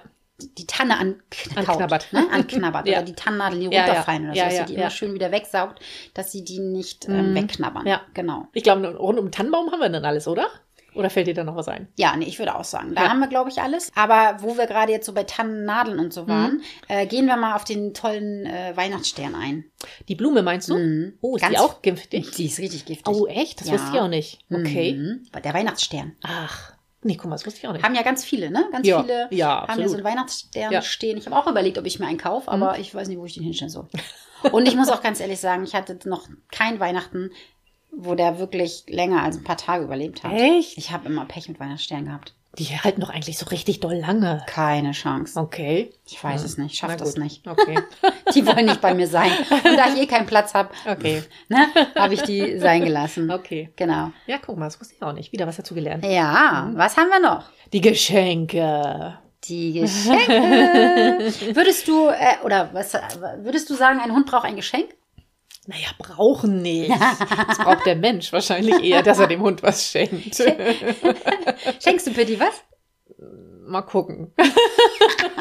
die Tanne anknaut,
Anknabbert.
Ne? anknabbert
Ja.
oder die Tannennadel, die
Ja, ja.
runterfallen oder so,
Ja,
dass
ja,
ihr die
ja.
immer schön wieder wegsaugt, dass sie die nicht ähm,
Mhm.
wegknabbern.
Ja.
Genau.
Ich glaube, rund um den Tannenbaum haben wir dann alles, oder? Oder fällt dir da noch was ein?
Ja, nee, ich würde auch sagen, da
Ja.
haben wir, glaube ich, alles. Aber wo wir gerade jetzt so bei Tannennadeln und
Mhm.
so waren, äh, gehen wir mal auf den tollen äh, Weihnachtsstern ein.
Die Blume meinst du?
Mhm.
Oh, ist
Ganz-
die auch giftig?
Die ist richtig giftig.
Oh, echt? Das
Ja.
wusste ich auch nicht. Okay.
Mhm. Der Weihnachtsstern.
Ach. Nee, guck mal, das wusste ich auch nicht.
Haben ja ganz viele, ne? Ganz
Ja,
viele haben
ja,
ja
absolut.
so einen Weihnachtsstern
Ja. Mhm.
stehen. Ich habe auch überlegt, ob ich mir einen kaufe, aber ich weiß nicht, wo ich den hinstellen soll. Und ich muss auch ganz ehrlich sagen, ich hatte noch kein Weihnachten, wo der wirklich länger als ein paar Tage überlebt hat.
Echt?
Ich habe immer Pech mit Weihnachtsstern gehabt.
Die halten doch eigentlich so richtig doll lange.
Keine Chance.
Okay.
Ich weiß es nicht, schaff
Mhm. Na
das
gut.
nicht.
Okay.
Die wollen nicht bei mir sein. Und da ich eh keinen Platz habe,
Okay.
ne, habe ich die sein gelassen.
Okay.
Genau.
Ja, guck mal, das wusste ich auch nicht. Wieder was dazu gelernt.
Ja, was haben wir noch?
Die Geschenke.
Die Geschenke. würdest du, äh, oder was, würdest du sagen, ein Hund braucht ein Geschenk?
Naja, brauchen nicht. Das braucht der Mensch wahrscheinlich eher, dass er dem Hund was schenkt.
Schenkst du Pitti was?
Mal gucken.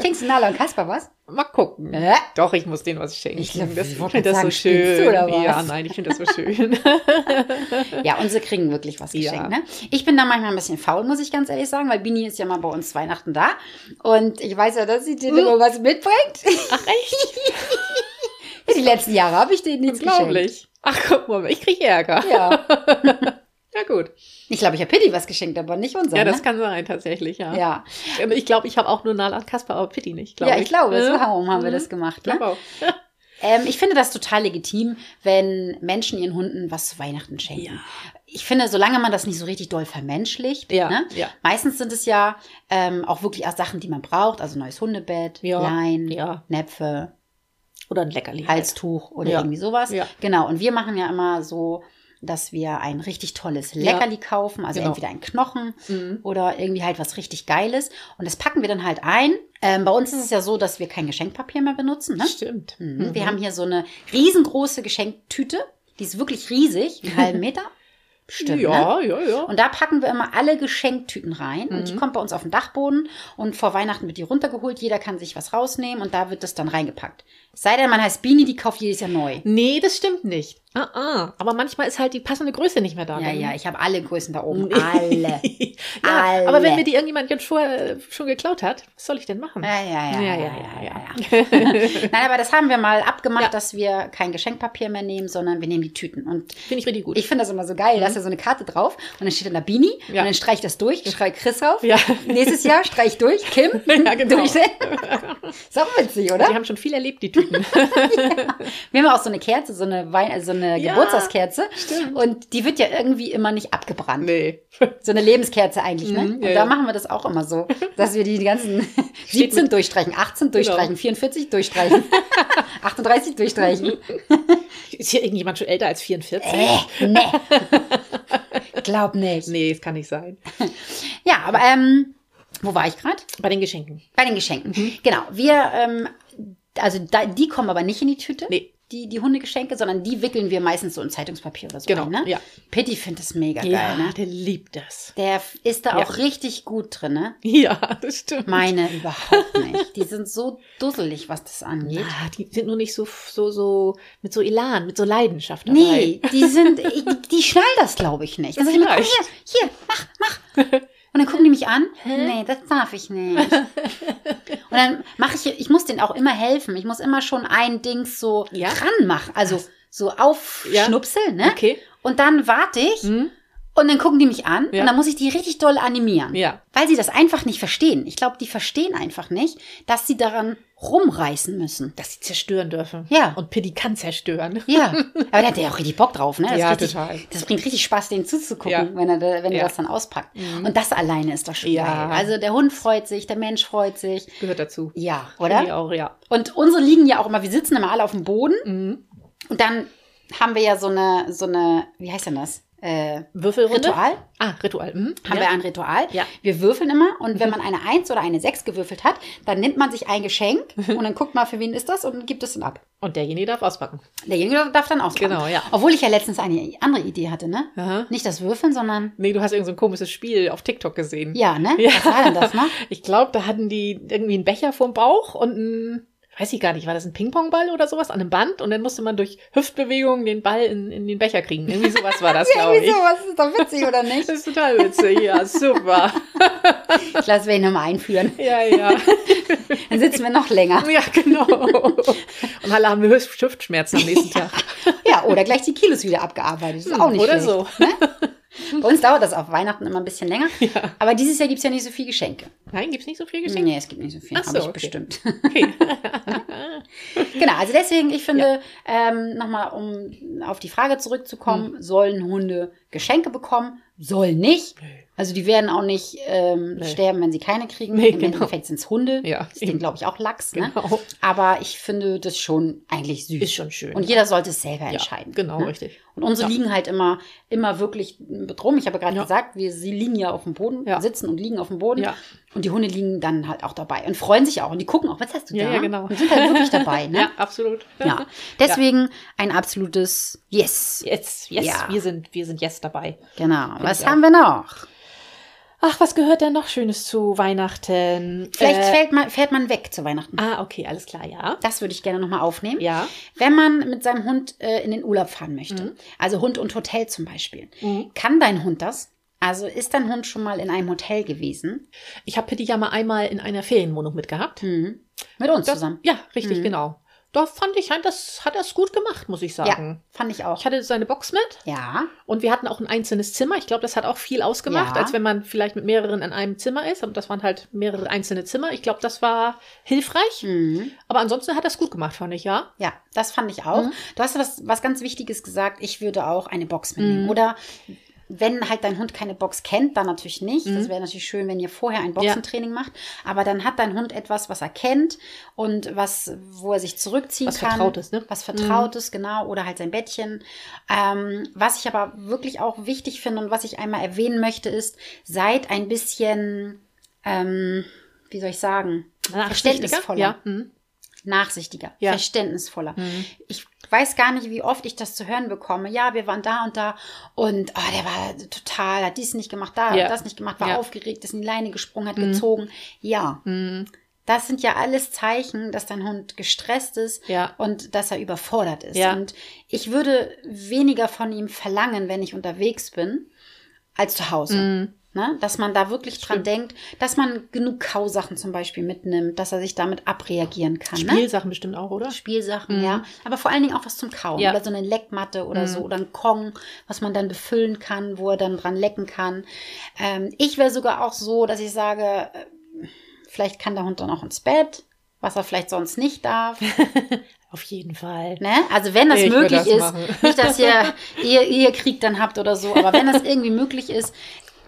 Schenkst du Nala und Kasper was?
Mal gucken.
Äh?
Doch, ich muss denen was schenken.
Ich glaub,
das,
ich
ich
wollte
finde das
sagen,
so
spielst
schön.
du oder was?
Ja, nein, ich finde das so schön.
Ja, unsere kriegen wirklich was
Ja.
geschenkt. Ne? Ich bin da manchmal ein bisschen faul, muss ich ganz ehrlich sagen, weil Bini ist ja mal bei uns Weihnachten da. Und ich weiß ja, dass sie dir immer was mitbringt.
Ach, echt?
Die letzten Jahre habe ich denen nichts geschenkt.
Unglaublich. Ach, guck mal, ich kriege Ärger. Ja,
Ja.
gut.
Ich glaube, ich habe Pitti was geschenkt, aber nicht unser.
Ja, das
ne?
kann sein, tatsächlich, ja.
ja.
Aber Ich glaube, ich habe auch nur Nala und Kasper, aber Pitti nicht, glaube
ja, ich glaube, so
Äh,
herum haben wir
mhm.
das gemacht.
Ich
Ne?
glaube auch.
Ähm, ich finde das total legitim, wenn Menschen ihren Hunden was zu Weihnachten schenken.
Ja.
Ich finde, solange man das nicht so richtig doll vermenschlicht,
Ja,
ne?
ja.
meistens sind es ja ähm, auch wirklich erst Sachen, die man braucht, also neues Hundebett,
Ja,
Leinen,
ja.
Näpfe,
Oder ein Leckerli.
Halstuch oder
Ja.
irgendwie sowas.
Ja.
Genau, und wir machen ja immer so, dass wir ein richtig tolles
Ja.
Leckerli kaufen, also
Genau.
entweder einen Knochen
Mhm.
oder irgendwie halt was richtig Geiles. Und das packen wir dann halt ein. Ähm, bei uns ist es ja so, dass wir kein Geschenkpapier mehr benutzen. Ne?
Stimmt.
Mhm. Wir haben hier so eine riesengroße Geschenktüte. Die ist wirklich riesig, einen halben Meter. Bestimmt, ne?
Ja, ja, ja.
Und da packen wir immer alle Geschenktüten rein. Und die kommt bei uns auf den Dachboden. Und vor Weihnachten wird die runtergeholt. Jeder kann sich was rausnehmen. Und da wird das dann reingepackt. Es sei denn, man heißt Bini, die kauft jedes Jahr neu.
Nee, das stimmt nicht. Ah, ah. Aber manchmal ist halt die passende Größe nicht mehr da.
Ja,
Dann-
ja, ich habe alle Größen da oben. Alle.
ja,
Alle.
aber wenn mir die irgendjemand jetzt schon, äh, schon geklaut hat, was soll ich denn machen?
Ja, ja, ja, ja,
Ja,
ja,
ja,
ja,
ja, ja.
ja. Nein, aber das haben wir mal abgemacht,
Ja.
dass wir kein Geschenkpapier mehr nehmen, sondern wir nehmen die Tüten. Und
Finde ich richtig gut. Mhm.
Ich finde das immer so geil, da ist ja so eine Karte drauf und dann steht dann da Bini
Ja.
und dann streich das durch, schrei Chris auf.
Ja.
Nächstes Jahr streich durch, Kim.
Ja, genau.
Durch. Ist auch witzig, oder?
die haben schon viel erlebt, die Tüten.
Wir haben auch so eine Kerze, so eine, Wein also eine
Ja,
Geburtstagskerze und die wird ja irgendwie immer nicht abgebrannt.
nee.
So eine Lebenskerze eigentlich, ne?
Mhm,
und
ja,
da
ja.
machen wir das auch immer so, dass wir die ganzen 17 durchstreichen, 18 durchstreichen,
Genau.
44 durchstreichen, 38 durchstreichen.
Ist hier irgendjemand schon älter als 44?
äh, ne. Glaub nicht.
Nee, das kann nicht sein.
Ja, aber ähm, wo war ich gerade?
Bei den Geschenken. Mhm.
Bei den Geschenken. Genau. Wir ähm, also da, die kommen aber nicht in die Tüte.
Nee.
Die, die Hundegeschenke, sondern die wickeln wir meistens so in Zeitungspapier oder so.
Genau,
ein, ne?
ja.
Pitti findet das mega geil, ne?
der liebt das.
Der f- ist da
Ja.
auch richtig gut drin, ne?
Ja, das stimmt.
Meine überhaupt nicht. Die sind so dusselig, was das angeht.
Ah, die sind nur nicht so, so, so, mit so Elan, mit so Leidenschaft dabei.
Nee, die sind, ich- die schnallen das, glaube ich, nicht. Dann sag ich immer, komm hier, hier, mach, mach. Und dann gucken die mich an. Nee, das darf ich nicht. Und dann mache ich, ich muss denen auch immer helfen. Ich muss immer schon ein Ding so
Ja.
ranmachen, also so aufschnupseln, ne?
Okay.
Und dann warte ich
Hm?
und dann gucken die mich an
Ja.
und dann muss ich die richtig doll animieren.
Ja.
Weil sie das einfach nicht verstehen. Ich glaube, die verstehen einfach nicht, dass sie daran rumreißen müssen.
Dass sie zerstören dürfen.
Ja.
Und Piddy kann zerstören.
Ja, aber der hat ja auch richtig Bock drauf, ne? Das,
Ja,
ist richtig,
total.
das bringt richtig Spaß, den zuzugucken,
Ja.
wenn er, da- wenn er
Ja. Mhm.
das dann auspackt. Und das alleine ist doch schon
Ja.
geil. Also der Hund freut sich, der Mensch freut sich.
Gehört dazu.
Ja,
Die
oder?
auch, ja.
Und unsere liegen ja auch immer, wir sitzen immer alle auf dem Boden
Mhm.
und dann haben wir ja so eine, so eine, wie heißt denn das? Äh,
Würfelrunde?
Ritual?
Ah, Ritual. Mhm.
haben wir ein Ritual.
Ja. Mhm.
Wir würfeln immer und wenn man eine Eins oder eine Sechs gewürfelt hat, dann nimmt man sich ein Geschenk
Mhm.
und dann guckt mal, für wen ist das und gibt es dann ab.
Und derjenige darf auspacken.
Derjenige darf dann auch
Genau, ja.
Obwohl ich ja letztens eine andere Idee hatte, ne?
Aha.
Nicht das Würfeln, sondern
Nee, du hast irgend so ein komisches Spiel auf TikTok gesehen.
ja, ne?
Ja.
Was war denn das, ne?
Ich glaube, da hatten die irgendwie einen Becher vorm Bauch und ein, weiß ich gar nicht, war das ein Ping-Pong-Ball oder sowas an einem Band und dann musste man durch Hüftbewegungen den Ball in, in den Becher kriegen. Irgendwie sowas war das, glaube ich.
sowas ist doch witzig, oder nicht?
Das ist total witzig, ja, super.
Ich lasse wir ihn nochmal einführen.
Ja, ja.
Dann sitzen wir noch länger.
Ja, genau. Und alle haben Hüft- Hüftschmerzen am nächsten Tag.
Ja, oder gleich die Kilos wieder abgearbeitet. Das ist
Hm,
auch nicht
Oder
schlecht. ne?
so.
Bei uns dauert das auf Weihnachten immer ein bisschen länger.
Ja.
Aber dieses Jahr gibt es ja nicht so viel Geschenke.
Nein, gibt's nicht so viel Geschenke?
Nee, es gibt nicht so viel.
Ach
Hab
so,
ich
okay.
bestimmt.
Okay.
Genau, also deswegen, ich finde, ähm, nochmal, um auf die Frage
Hm.
zurückzukommen, sollen Hunde Geschenke bekommen? Sollen nicht.
Nee.
Also die werden auch nicht ähm,
Nee.
sterben, wenn sie keine kriegen.
Nee,
Im
genau.
Endeffekt sind es Hunde.
Ja,
Ist denen,
eben.
glaube ich, auch Lachs. Ne?
Genau.
Aber ich finde das schon eigentlich süß.
Ist schon schön.
Und jeder sollte es selber
ja,
entscheiden.
genau,
ne?
richtig.
Und unsere
Ja.
liegen halt immer, immer wirklich drum. Ich habe ja gerade
Ja.
gesagt, wir, sie liegen ja auf dem Boden,
Ja.
sitzen und liegen auf dem Boden.
Ja.
Und die Hunde liegen dann halt auch dabei und freuen sich auch. Und die gucken auch, was hast du
Ja,
da?
ja, genau.
Und sind halt wirklich dabei. Ne?
Ja, absolut.
Ja, deswegen ein absolutes Yes.
Jetzt, yes,
Ja.
wir sind, wir sind jetzt dabei.
Genau.
ich
Was
auch.
haben wir noch?
Ach, was gehört denn noch Schönes zu Weihnachten?
Vielleicht
Äh,
fällt man, fährt man weg zu Weihnachten.
Ah, okay, alles klar, ja.
Das würde ich gerne nochmal aufnehmen.
Ja.
Wenn man mit seinem Hund äh, in den Urlaub fahren möchte, also Hund und Hotel zum Beispiel,
Mhm.
kann dein Hund das? Also ist dein Hund schon mal in einem Hotel gewesen?
Ich habe Pitti ja mal einmal in einer Ferienwohnung mitgehabt.
Mhm. Mit uns
Das,
zusammen.
ja, richtig,
Mhm.
genau. Da fand ich, hat das hat das gut gemacht, muss ich sagen.
Ja, fand ich
Ich
auch.
hatte seine Box mit
Ja,
und wir hatten auch ein einzelnes Zimmer. Ich glaube, das hat auch viel ausgemacht,
Ja.
als wenn man vielleicht mit mehreren in einem Zimmer ist. Und das waren halt mehrere einzelne Zimmer. Ich glaube, das war hilfreich.
mhm.
Aber ansonsten hat das gut gemacht, fand ich, ja.
ja, das fand ich
Mhm.
auch. Du hast was, was ganz Wichtiges gesagt. Ich würde auch eine Box mitnehmen.
Mhm.
Oder wenn halt dein Hund keine Box kennt, dann natürlich nicht.
Mhm.
Das wäre natürlich schön, wenn ihr vorher ein Boxentraining macht. Aber dann hat dein Hund etwas, was er kennt und was, wo er sich zurückziehen
Was
kann.
Vertrautes, ne?
Was Vertrautes, genau. Oder halt sein Bettchen. Ähm, was ich aber wirklich auch wichtig finde und was ich einmal erwähnen möchte, ist, seid ein bisschen, ähm, wie soll ich sagen, verständnisvoller
Ja. Mhm.
nachsichtiger,
Ja.
verständnisvoller.
Mhm.
Ich weiß gar nicht, wie oft ich das zu hören bekomme. Ja, wir waren da und da und oh, der war total, hat dies nicht gemacht, da,
Ja.
hat das nicht gemacht, war
Ja.
aufgeregt, ist in die Leine gesprungen, hat gezogen. Ja,
Mhm.
das sind ja alles Zeichen, dass dein Hund gestresst ist
Ja.
und dass er überfordert ist.
Ja.
Und ich würde weniger von ihm verlangen, wenn ich unterwegs bin, als zu Hause.
Mhm.
Ne? Dass man da wirklich dran denkt, dass man genug Kausachen zum Beispiel mitnimmt, dass er sich damit abreagieren kann. ne?
Spielsachen bestimmt auch, oder?
Spielsachen, ja. Aber vor allen Dingen auch was zum Kauen.
Mhm. Ja. Mhm.
Oder so eine Leckmatte oder so. Oder ein Kong, was man dann befüllen kann, wo er dann dran lecken kann. Ähm, ich wäre sogar auch so, dass ich sage, äh, vielleicht kann der Hund dann auch ins Bett, was er vielleicht sonst nicht darf.
Auf jeden Fall.
Ne? Also wenn das
Ich würd
möglich
das
ist,
machen.
nicht, dass ihr, ihr, ihr Krieg dann habt oder so, aber wenn das irgendwie möglich ist,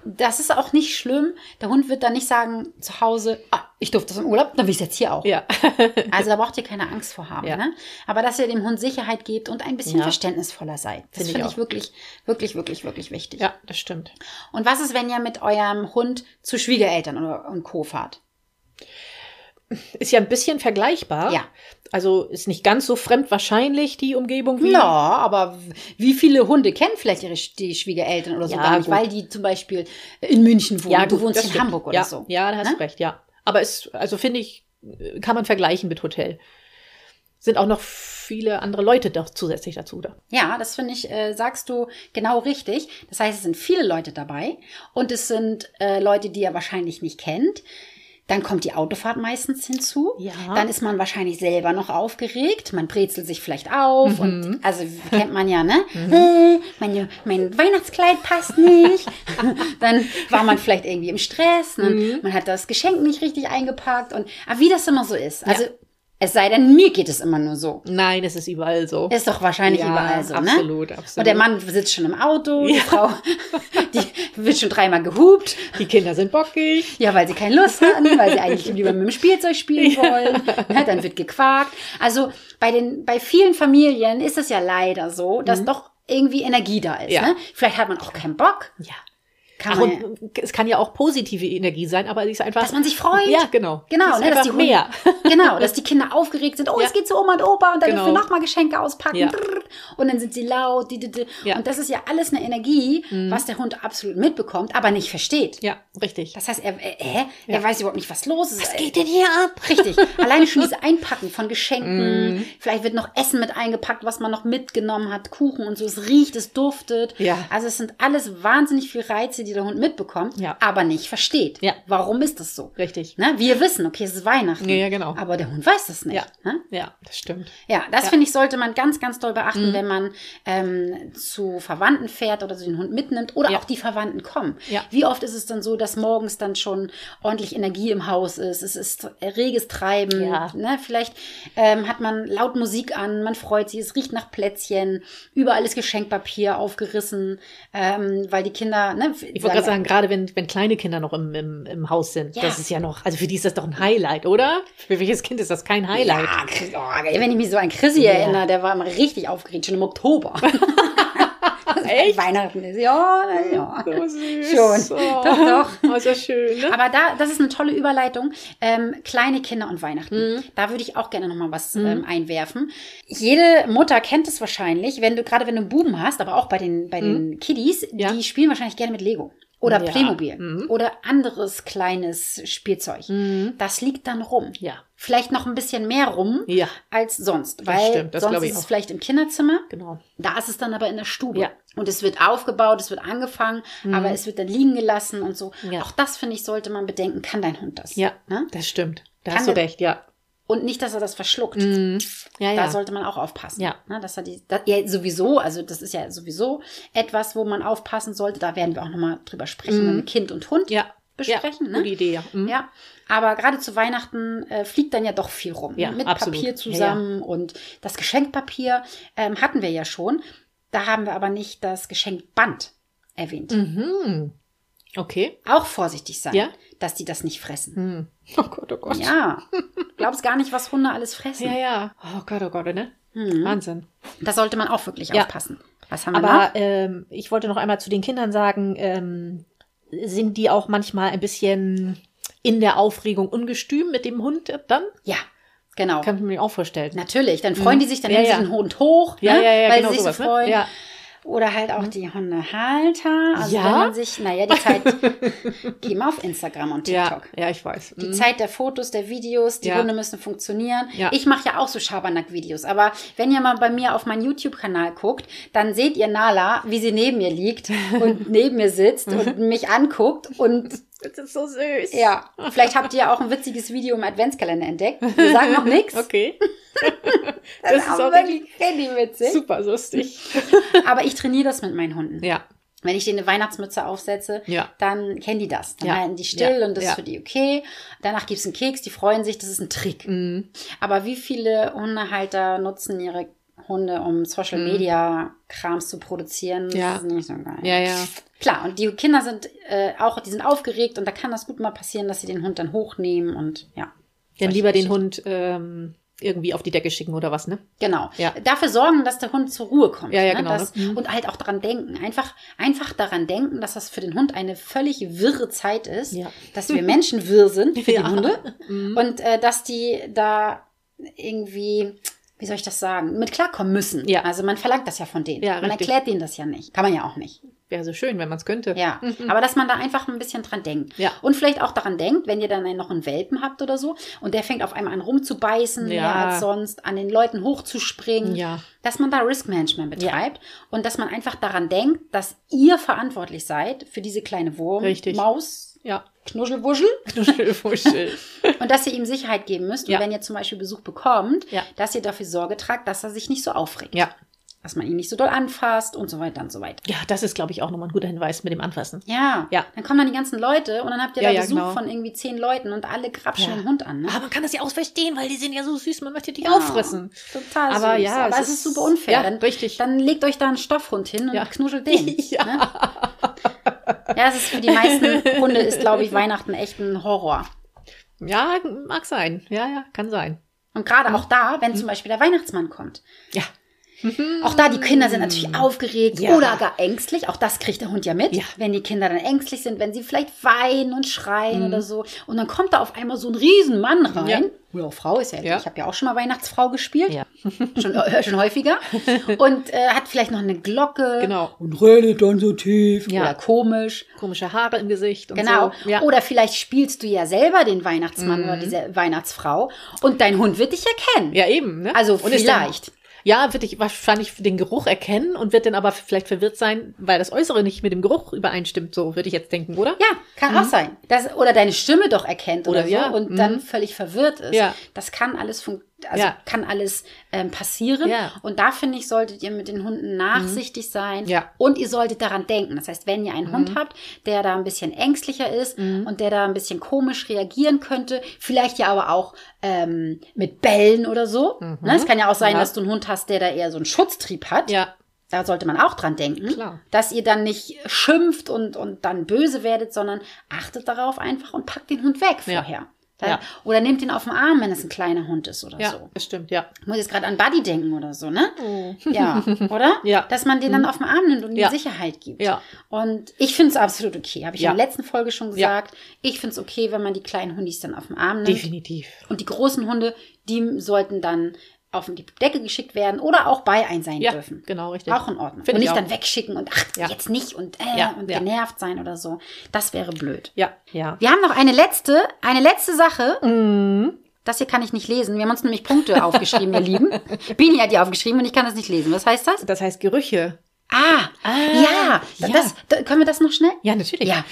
das ist auch nicht schlimm. Der Hund wird dann nicht sagen, zu Hause, ah, ich durfte das im Urlaub, dann will ich es jetzt hier auch.
Ja.
Also da braucht ihr keine Angst vor haben.
Ja.
Ne? Aber dass ihr dem Hund Sicherheit gebt und ein bisschen
Ja.
verständnisvoller seid. Das
Finde ich
finde ich,
auch.
wirklich, wirklich, wirklich, wirklich wichtig.
ja, das stimmt.
Und was ist, wenn ihr mit eurem Hund zu Schwiegereltern oder, und Co. fahrt?
ist ja ein bisschen vergleichbar.
Ja.
Also ist nicht ganz so fremd wahrscheinlich die Umgebung wie.
Ja, aber wie viele Hunde kennen vielleicht ihre Sch- die Schwiegereltern oder so
Ja,
gar nicht,
gut.
weil die zum Beispiel in München wohnen, du
gut,
wohnst
das
in
stimmt.
Hamburg oder
ja,
so.
Ja, da hast
Ne?
du recht, ja. Aber es, also finde ich, kann man vergleichen mit Hotel. Sind auch noch viele andere Leute doch zusätzlich dazu da.
Ja, das finde ich, äh, sagst du genau richtig. Das heißt, es sind viele Leute dabei und es sind äh, Leute, die er wahrscheinlich nicht kennt. Dann kommt die Autofahrt meistens hinzu.
Ja.
Dann ist man wahrscheinlich selber noch aufgeregt. Man brezelt sich vielleicht auf. Und, also kennt man ja, ne? Äh, Meine, mein Weihnachtskleid passt nicht. dann war man vielleicht irgendwie im Stress. Ne? Man hat das Geschenk nicht richtig eingepackt. Und aber wie das immer so ist. Also es sei denn, mir geht es immer nur so.
Nein, es ist überall so.
Ist doch wahrscheinlich
Ja,
überall so, ne?
absolut, absolut.
Und der Mann sitzt schon im Auto, die
Ja.
Frau, die wird schon dreimal gehupt.
Die Kinder sind bockig.
Ja, weil sie keine Lust hatten, weil sie eigentlich lieber mit dem Spielzeug spielen wollen. Na, dann wird gequakt. Also bei den, bei vielen Familien ist es ja leider so, dass doch irgendwie Energie da ist.
Mhm. Ja.
Ne? Vielleicht hat man auch keinen Bock.
Ja.
Kann
Ach,
man ja,
und es kann ja auch positive Energie sein, aber sie ist einfach.
dass man sich freut.
Ja, genau.
Genau,
Das ist
ne, dass
einfach
die Hunde,
mehr.
genau, dass die Kinder aufgeregt sind. Oh,
Ja.
es geht zu Oma und Opa und dann
Genau.
dürfen wir nochmal Geschenke auspacken.
Ja.
Brrr. Und dann sind sie laut. Die, die, die.
Ja. Mhm.
Und das ist ja alles eine Energie, was der Hund absolut mitbekommt, aber nicht versteht.
Ja, richtig.
Das heißt, er, er, hä? er weiß überhaupt nicht, was los ist. Was
denn hier ab?
Richtig. Alleine schon dieses Einpacken von
Mhm.
Geschenken. Vielleicht wird noch Essen mit eingepackt, was man noch mitgenommen hat. Kuchen und so. Es riecht, es duftet.
Ja.
Also es sind alles wahnsinnig viele Reize, die der Hund mitbekommt,
Ja.
aber nicht versteht.
Ja.
Warum ist das so?
Richtig.
Ne? Wir wissen, okay, es ist Weihnachten.
Ja, ja, genau.
Aber der Hund weiß das nicht.
Ja.
Ne?
Ja, das stimmt.
Ja, das finde ich, sollte man ganz, ganz doll
Mhm.
beachten, wenn man ähm, zu Verwandten fährt oder so den Hund mitnimmt oder
Ja.
auch die Verwandten kommen.
Ja.
Wie oft ist es dann so, dass morgens dann schon ordentlich Energie im Haus ist, es ist reges Treiben,
Ja.
ne? vielleicht ähm, hat man laut Musik an, man freut sich, es riecht nach Plätzchen, überall ist Geschenkpapier aufgerissen, ähm, weil die Kinder, ne,
Ich wollte gerade sagen, gerade wenn, wenn kleine Kinder noch im, im, im Haus sind,
Ja.
das ist ja noch, also für die ist das doch ein Highlight, oder? Für welches Kind ist das kein Highlight?
Ja, Chris- oh, wenn ich mich so an Chrissy
Ja.
erinnere, der war immer richtig aufgeregt, schon im Oktober.
Echt?
Weihnachten ist, ja, na ja.
So süß.
Schon.
Oh.
Doch, doch.
Oh, ist das schön, ne?
Aber da, das ist eine tolle Überleitung. Ähm, kleine Kinder und Weihnachten.
Mhm.
Da würde ich auch gerne nochmal was ähm, einwerfen. Jede Mutter kennt es wahrscheinlich, wenn du, gerade wenn du einen Buben hast, aber auch bei den, bei den Kiddies,
Mhm. Ja.
die spielen wahrscheinlich gerne mit Lego. Oder
Ja.
Playmobil.
Mhm.
Oder anderes kleines Spielzeug. Das liegt dann rum.
Ja.
Vielleicht noch ein bisschen mehr rum
Ja,
als sonst, weil
stimmt, das
sonst
glaub ich
ist es
auch.
vielleicht im Kinderzimmer,
genau.
da ist es dann aber in der Stube.
Ja. Mhm.
Und es wird aufgebaut, es wird angefangen, aber es wird dann liegen gelassen und so.
Ja.
Auch das, finde ich, sollte man bedenken. Kann dein Hund das?
Ja,
Ne?
das stimmt. Da
Kann
hast du
denn-
recht, ja.
Und nicht, dass er das verschluckt.
Mhm. Ja,
Da
ja.
sollte man auch aufpassen.
Ja.
Ne, dass er die, da, ja, sowieso, also das ist ja sowieso etwas, wo man aufpassen sollte. Da werden wir auch nochmal drüber sprechen, wenn wir Kind und Hund
Mhm. ja.
besprechen.
ja.
ne?
Gute Idee, ja. Mhm.
Ja, aber gerade zu Weihnachten äh, fliegt dann ja doch viel rum. ne?
Ja,
mit
absolut.
Papier
Ja, ja.
zusammen und das Geschenkpapier ähm, hatten wir ja schon. Da haben wir aber nicht das Geschenkband erwähnt.
Mhm. Okay.
Auch vorsichtig sein,
Ja.
dass die das nicht fressen.
Mhm. Oh Gott, oh Gott.
Ja, du glaubst gar nicht, was Hunde alles fressen. Hm.
Ja, ja. Oh Gott, oh Gott, ne?
Mhm.
Wahnsinn.
Da sollte man auch wirklich
Ja.
aufpassen. Was haben wir noch?
Aber ähm, ich wollte noch einmal zu den Kindern sagen, ähm, sind die auch manchmal ein bisschen in der Aufregung ungestüm mit dem Hund dann?
Ja, genau.
Kann ich mir auch vorstellen.
Natürlich, dann freuen die sich, dann
Hm. Ja,
nehmen
ja.
sie den Hund hoch,
Ja,
ne?
ja, ja,
weil
genau
sie sich
sowas,
so
ne?
freuen.
Ja.
Oder halt auch die Hundehalter. Also
Mhm. Ja?
wenn man sich, naja, die Zeit, geh mal auf Instagram und
Ja,
TikTok.
ja, ich weiß.
Die
Mhm.
Zeit der Fotos, der Videos, die
Ja.
Hunde müssen funktionieren.
Ja.
Ich mache ja auch so Schabernack-Videos, aber wenn ihr mal bei mir auf meinen YouTube-Kanal guckt, dann seht ihr Nala, wie sie neben mir liegt und neben mir sitzt
Mhm.
und mich anguckt und
Das ist so süß.
ja, vielleicht habt ihr auch ein witziges Video im Adventskalender entdeckt. Wir sagen noch nichts.
Okay. das ist auch
aber
wirklich
wirklich richtig witzig.
super lustig.
Aber ich trainiere das mit meinen Hunden.
Ja,
Wenn ich denen eine Weihnachtsmütze aufsetze,
Ja.
dann kennen die das. Dann
Ja.
halten die still
Ja.
und das
Ja.
ist für die okay. Danach gibt's einen Keks, die freuen sich, das ist ein Trick.
Mhm.
Aber wie viele Hundehalter nutzen ihre Hunde, um Social Media Krams zu produzieren?
Mhm. Ja.
Das ist nicht so geil.
ja, ja.
Klar, und die Kinder sind äh, auch, die sind aufgeregt und da kann das gut mal passieren, dass sie den Hund dann hochnehmen und ja.
Dann
solche
lieber den
Geschichten.
Hund ähm, irgendwie auf die Decke schicken oder was, ne?
Genau.
Ja.
Dafür sorgen, dass der Hund zur Ruhe kommt.
Ja, ja, genau,
Dass,
ne? Mhm.
Und halt auch daran denken. Einfach, einfach daran denken, dass das für den Hund eine völlig wirre Zeit ist,
Ja.
dass wir Menschen wirr sind für
Ja. Mhm.
die Hunde und äh, dass die da irgendwie, wie soll ich das sagen, mit klarkommen müssen.
Ja.
Also man verlangt das ja von denen.
Ja,
man
richtig.
erklärt denen das ja nicht. Kann man ja auch nicht.
Wäre so schön, wenn man es könnte.
Ja,
Mhm.
aber dass man da einfach ein bisschen dran denkt.
Ja.
Und vielleicht auch daran denkt, wenn ihr dann einen- noch einen Welpen habt oder so und der fängt auf einmal an rumzubeißen, mehr
Ja.
als sonst, an den Leuten hochzuspringen,
Ja.
dass man da Risk Management betreibt und dass man einfach daran denkt, dass ihr verantwortlich seid für diese kleine Wurm,
Richtig.
Maus,
Ja.
Knuschelwuschel
Knuschelfuschel.
und dass ihr ihm Sicherheit geben müsst.
Ja.
Und wenn ihr zum Beispiel Besuch bekommt,
Ja.
dass ihr dafür Sorge tragt, dass er sich nicht so aufregt.
ja.
Dass man ihn nicht so doll anfasst und so weiter und so weiter.
Ja, das ist, glaube ich, auch nochmal ein guter Hinweis mit dem Anfassen.
Ja.
Ja.
Dann kommen dann die ganzen Leute und dann habt ihr
Ja,
da
ja,
Besuch
genau.
von irgendwie zehn Leuten und alle grapschen
Ja.
den Hund an. Ne?
Aber man kann das ja auch verstehen, weil die sind ja so süß, man möchte die
Ja.
auffressen.
Total
Aber
süß.
ja,
aber es ist, super unfair.
Ja,
dann,
richtig.
dann legt euch da einen Stoffhund hin und
Ja.
knuschelt den.
Ja.
Ne? ja, es ist für die meisten Hunde ist, glaube ich, Weihnachten echt ein Horror.
ja, mag sein. Ja, ja, kann sein.
Und gerade auch da, wenn zum Beispiel der Weihnachtsmann kommt.
Ja.
Auch da, die Kinder sind natürlich aufgeregt
Mm. Ja.
oder gar ängstlich. Auch das kriegt der Hund ja mit.
Ja.
Wenn die Kinder dann ängstlich sind, wenn sie vielleicht weinen und schreien oder so. Und dann kommt da auf einmal so ein Riesenmann rein.
Mm. Ja.
Oder Frau ist ja,
Ja.
ich habe ja auch schon mal Weihnachtsfrau gespielt.
Ja.
Schon, äh, schon häufiger. Und äh, hat vielleicht noch eine Glocke.
Genau.
Und redet dann so tief
Ja.
oder komisch.
Komische Haare im Gesicht und
Genau.
so. Ja. Mhm.
Oder vielleicht spielst du ja selber den Weihnachtsmann oder diese Weihnachtsfrau und dein Hund wird dich erkennen.
ja, eben. Ne?
Also
Und ist dann-
vielleicht.
ja, wird ich wahrscheinlich den Geruch erkennen und wird dann aber vielleicht verwirrt sein, weil das Äußere nicht mit dem Geruch übereinstimmt, so würde ich jetzt denken, oder?
Ja, kann auch sein. Das, Mhm. oder deine Stimme doch erkennt oder,
Oder
so
ja,
und
mhm.
dann völlig verwirrt ist.
Ja.
Das kann alles fun also
Ja.
kann alles ähm, passieren.
Ja. Mhm.
Und da finde ich, solltet ihr mit den Hunden nachsichtig sein.
Ja. Mhm.
Und ihr solltet daran denken. Das heißt, wenn ihr einen Hund habt, der da ein bisschen ängstlicher ist und der da ein bisschen komisch reagieren könnte, vielleicht ja aber auch ähm, mit Bellen oder so. Ne? Es kann ja auch sein,
Mhm. Ja.
dass du einen Hund hast, der da eher so einen Schutztrieb hat.
Ja.
Da sollte man auch dran denken,
Klar.
dass ihr dann nicht schimpft und, und dann böse werdet, sondern achtet darauf einfach und packt den Hund weg
Ja.
vorher. Da,
Ja.
Oder nehmt ihn auf den Arm, wenn es ein kleiner Hund ist oder
Ja,
so.
das stimmt, ja.
Ich muss jetzt gerade an Buddy denken oder so, ne? Ja, oder?
Ja. Mhm.
Dass man den dann auf den Arm nimmt und ihm
Ja.
Sicherheit gibt.
Ja.
Und ich finde es absolut okay. Habe ich
Ja.
in der letzten Folge schon
Ja.
gesagt. Ich finde es okay, wenn man die kleinen Hundis dann auf den Arm nimmt.
Definitiv.
Und die großen Hunde, die sollten dann auf die Decke geschickt werden oder auch bei ein sein
Ja,
dürfen.
genau, richtig.
Auch in Ordnung.
Find
und
ich
nicht
auch.
dann wegschicken und ach,
Ja.
jetzt nicht und, äh,
Ja,
und
ja.
genervt sein oder so. Das wäre blöd.
Ja, ja.
Wir haben noch eine letzte, eine letzte Sache.
Mhm.
Das hier kann ich nicht lesen. Wir haben uns nämlich Punkte aufgeschrieben, ihr Lieben. Bini hat die aufgeschrieben und ich kann das nicht lesen. Was heißt das?
Das heißt Gerüche.
Ah, ja.
ja.
Das, da- können wir das noch schnell?
Ja, natürlich.
Ja.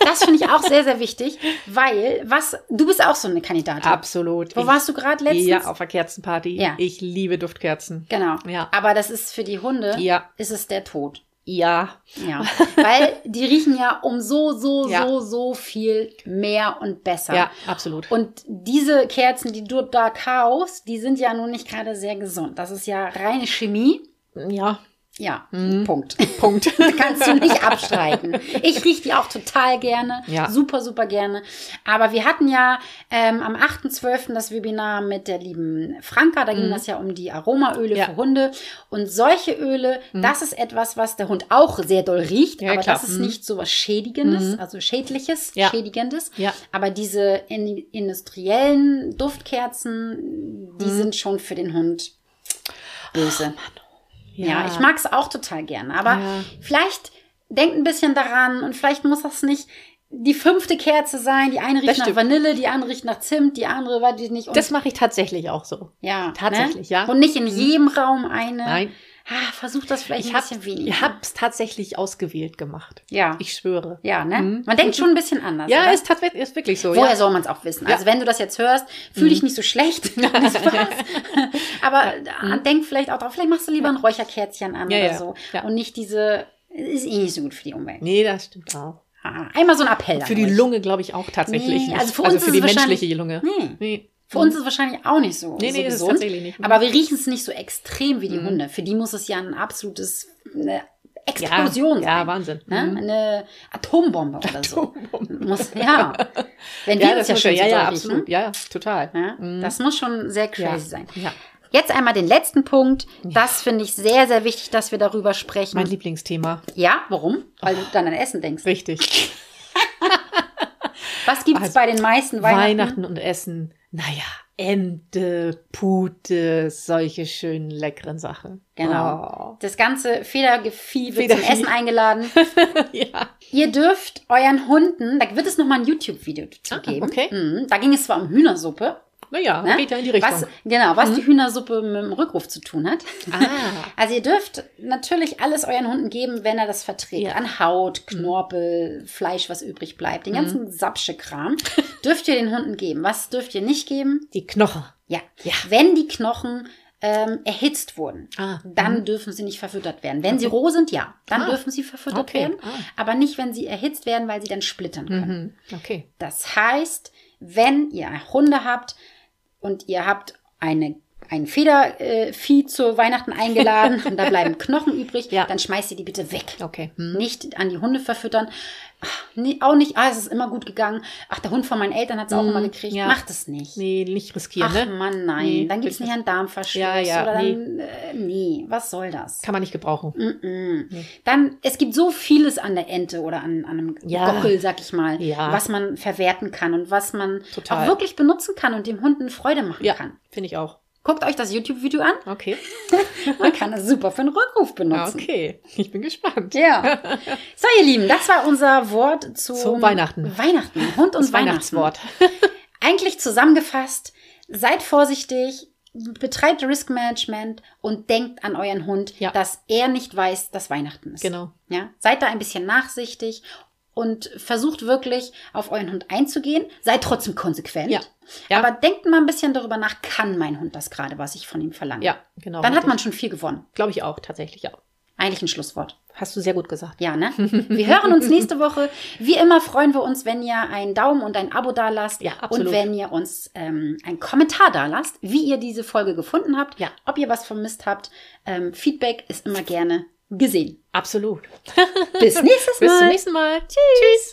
Das finde ich auch sehr, sehr wichtig, weil was, du bist auch so eine Kandidatin.
Absolut.
Wo
Ich-
warst du gerade letztens?
Ja, auf der Kerzenparty.
Ja.
Ich liebe Duftkerzen.
Genau.
Ja.
Aber das ist für die Hunde,
Ja.
ist es der Tod.
Ja.
Ja. Weil die riechen ja um so, so,
Ja.
so, so viel mehr und besser.
Ja, absolut.
Und diese Kerzen, die du da kaufst, die sind ja nun nicht gerade sehr gesund. Das ist ja reine Chemie.
Ja,
Ja,
Mhm.
Punkt.
Punkt.
Kannst du nicht abstreiten. Ich rieche die auch total gerne.
Ja.
Super, super gerne. Aber wir hatten ja ähm, am 8.12. das Webinar mit der lieben Franka. Da ging das ja um die Aromaöle
Mhm. Ja. Mhm.
für Hunde. Und solche Öle, das ist etwas, was der Hund auch sehr doll riecht.
Ja,
aber
klar.
das ist
Mhm.
nicht so was Schädigendes, also Schädliches,
Ja.
Schädigendes.
Ja.
Aber diese in, industriellen Duftkerzen, die
Mhm.
sind schon für den Hund böse. Ja, ich mag es auch total gern. Aber
Ja.
vielleicht denkt ein bisschen daran und vielleicht muss das nicht die fünfte Kerze sein. Die eine riecht nach
stimmt.
Vanille, die andere riecht nach Zimt, die andere weiß ich nicht. Und,
Das mache ich tatsächlich auch so.
ja, ne?
tatsächlich, ja. Mhm.
Und nicht in jedem Raum eine.
Nein.
Ah, versucht das vielleicht
Ich
ein
hab-
bisschen weniger.
Ich hab's tatsächlich ausgewählt gemacht.
ja.
Ich schwöre.
ja, ne?
Mhm.
Man denkt schon ein bisschen anders.
Ja,
oder?
ist tatsächlich ist wirklich so.
Woher
ja.
soll man es auch wissen?
Ja. Mhm.
Also wenn du das jetzt hörst, fühl dich nicht so schlecht. Das war's. Aber äh, denk vielleicht auch drauf, vielleicht machst du lieber ein Räucherkerzchen an
Mhm. Ja,
oder
ja.
so.
Ja.
Und nicht diese, ist eh nicht so gut für die Umwelt.
Nee, das stimmt auch.
Ah, Einmal so ein Appell. an
Für die
euch.
Lunge glaube ich auch tatsächlich
Nee,
nicht.
also für uns
für
ist
die
es wahrscheinlich- hm?
menschliche Lunge.
Nee.
Nee.
Für uns ist es wahrscheinlich auch nicht so,
Nee,
so
nee, ist es
gesund.
tatsächlich nicht. Mhm.
Aber wir riechen es nicht so extrem wie die Hunde. Für die muss es ja ein absolutes, eine Explosion
ja, Mhm.
sein.
Wahnsinn.
Ne?
Mhm.
Eine Atombombe oder so. Muss, ja. Wenn wir uns ja
muss
schon so
ja, ja,
deutlich, ne?
absolut. Ja, ja, total.
Ja,
Mhm.
Das muss schon sehr crazy
Ja.
sein.
Ja.
Jetzt einmal den letzten Punkt. Das finde ich sehr, sehr wichtig, dass wir darüber sprechen.
Mein Oh. Lieblingsthema.
ja, warum? Weil du dann an Essen denkst.
Richtig.
Was gibt es
Also,
bei den meisten Weihnachten?
Weihnachten und Essen. Naja, Ente, Pute, solche schönen, leckeren Sachen.
Genau.
Oh.
Das ganze Federgevieh wird zum
Federvieh.
Essen eingeladen.
ja.
Ihr dürft euren Hunden, da wird es nochmal ein YouTube-Video zu
Ah,
geben.
okay.
Mhm. Da ging es zwar um Hühnersuppe.
Naja,
Ne?
geht ja in die Richtung. Mhm.
Was, genau, was die Hühnersuppe mit dem Rückruf zu tun hat.
Ah.
Also ihr dürft natürlich alles euren Hunden geben, wenn er das verträgt.
Ja. Mhm.
An Haut, Knorpel, Fleisch, was übrig bleibt. Den ganzen Sapsche-Kram dürft ihr den Hunden geben. Was dürft ihr nicht geben?
Die Knochen.
Ja.
Ja.
Wenn die Knochen ähm, erhitzt wurden,
Ah.
dann dürfen sie nicht verfüttert werden. Wenn sie roh sind, ja, dann
Ah.
dürfen sie verfüttert
Okay.
werden.
Ah.
Aber nicht, wenn sie erhitzt werden, weil sie dann splittern können.
Mhm. Okay.
Das heißt, wenn ihr Hunde habt und ihr habt eine, ein Federvieh äh, Vieh zu Weihnachten eingeladen und da bleiben Knochen übrig,
Ja.
dann schmeißt ihr die bitte weg.
Okay. Hm.
Nicht an die Hunde verfüttern. Ach, nee, auch nicht, ah, es ist immer gut gegangen. Ach, der Hund von meinen Eltern hat es auch
Mhm,
immer gekriegt.
ja.
Macht es nicht.
Nee, nicht riskieren,
Ach
ne?
Mann, nein.
Nee,
dann gibt es
bitte.
nicht einen Darmverschluss.
Ja, ja,
oder dann, äh, nee, was soll das?
Kann man nicht gebrauchen.
Mhm. Mm-mm. Dann, es gibt so vieles an der Ente oder an, an einem
Ja.
Gockel, sag ich mal,
Ja.
was man verwerten kann und was man
Total.
auch wirklich benutzen kann und dem Hunden Freude machen
Ja,
kann.
finde ich auch.
Guckt euch das YouTube-Video an.
Okay.
Man kann es super für einen Rückruf
Ah,
benutzen.
Okay. Ich bin gespannt.
Ja. So, ihr Lieben, das war unser Wort zu
Zu Weihnachten.
Weihnachten. Hund und
Das
Weihnachtswort.
Weihnachtswort.
Eigentlich zusammengefasst, seid vorsichtig, betreibt Risk Management und denkt an euren Hund,
Ja.
dass er nicht weiß, dass Weihnachten ist.
Genau.
Ja? Seid da ein bisschen nachsichtig und versucht wirklich auf euren Hund einzugehen. Seid trotzdem konsequent.
Ja. Ja.
Aber denkt mal ein bisschen darüber nach, kann mein Hund das gerade, was ich von ihm verlange?
Ja, genau.
Dann hat man schon viel gewonnen.
Glaube ich auch, tatsächlich, ja.
Eigentlich ein Schlusswort.
Hast du sehr gut gesagt.
Ja, ne? Wir hören uns nächste Woche. Wie immer freuen wir uns, wenn ihr einen Daumen und ein Abo da lasst.
Ja, absolut.
Und wenn ihr uns ähm, einen Kommentar da lasst, wie ihr diese Folge gefunden habt,
Ja.
ob ihr was vermisst habt. Ähm, Feedback ist immer gerne gesehen.
Absolut.
Bis nächstes Mal.
Bis zum nächsten Mal. Tschüss. Tschüss.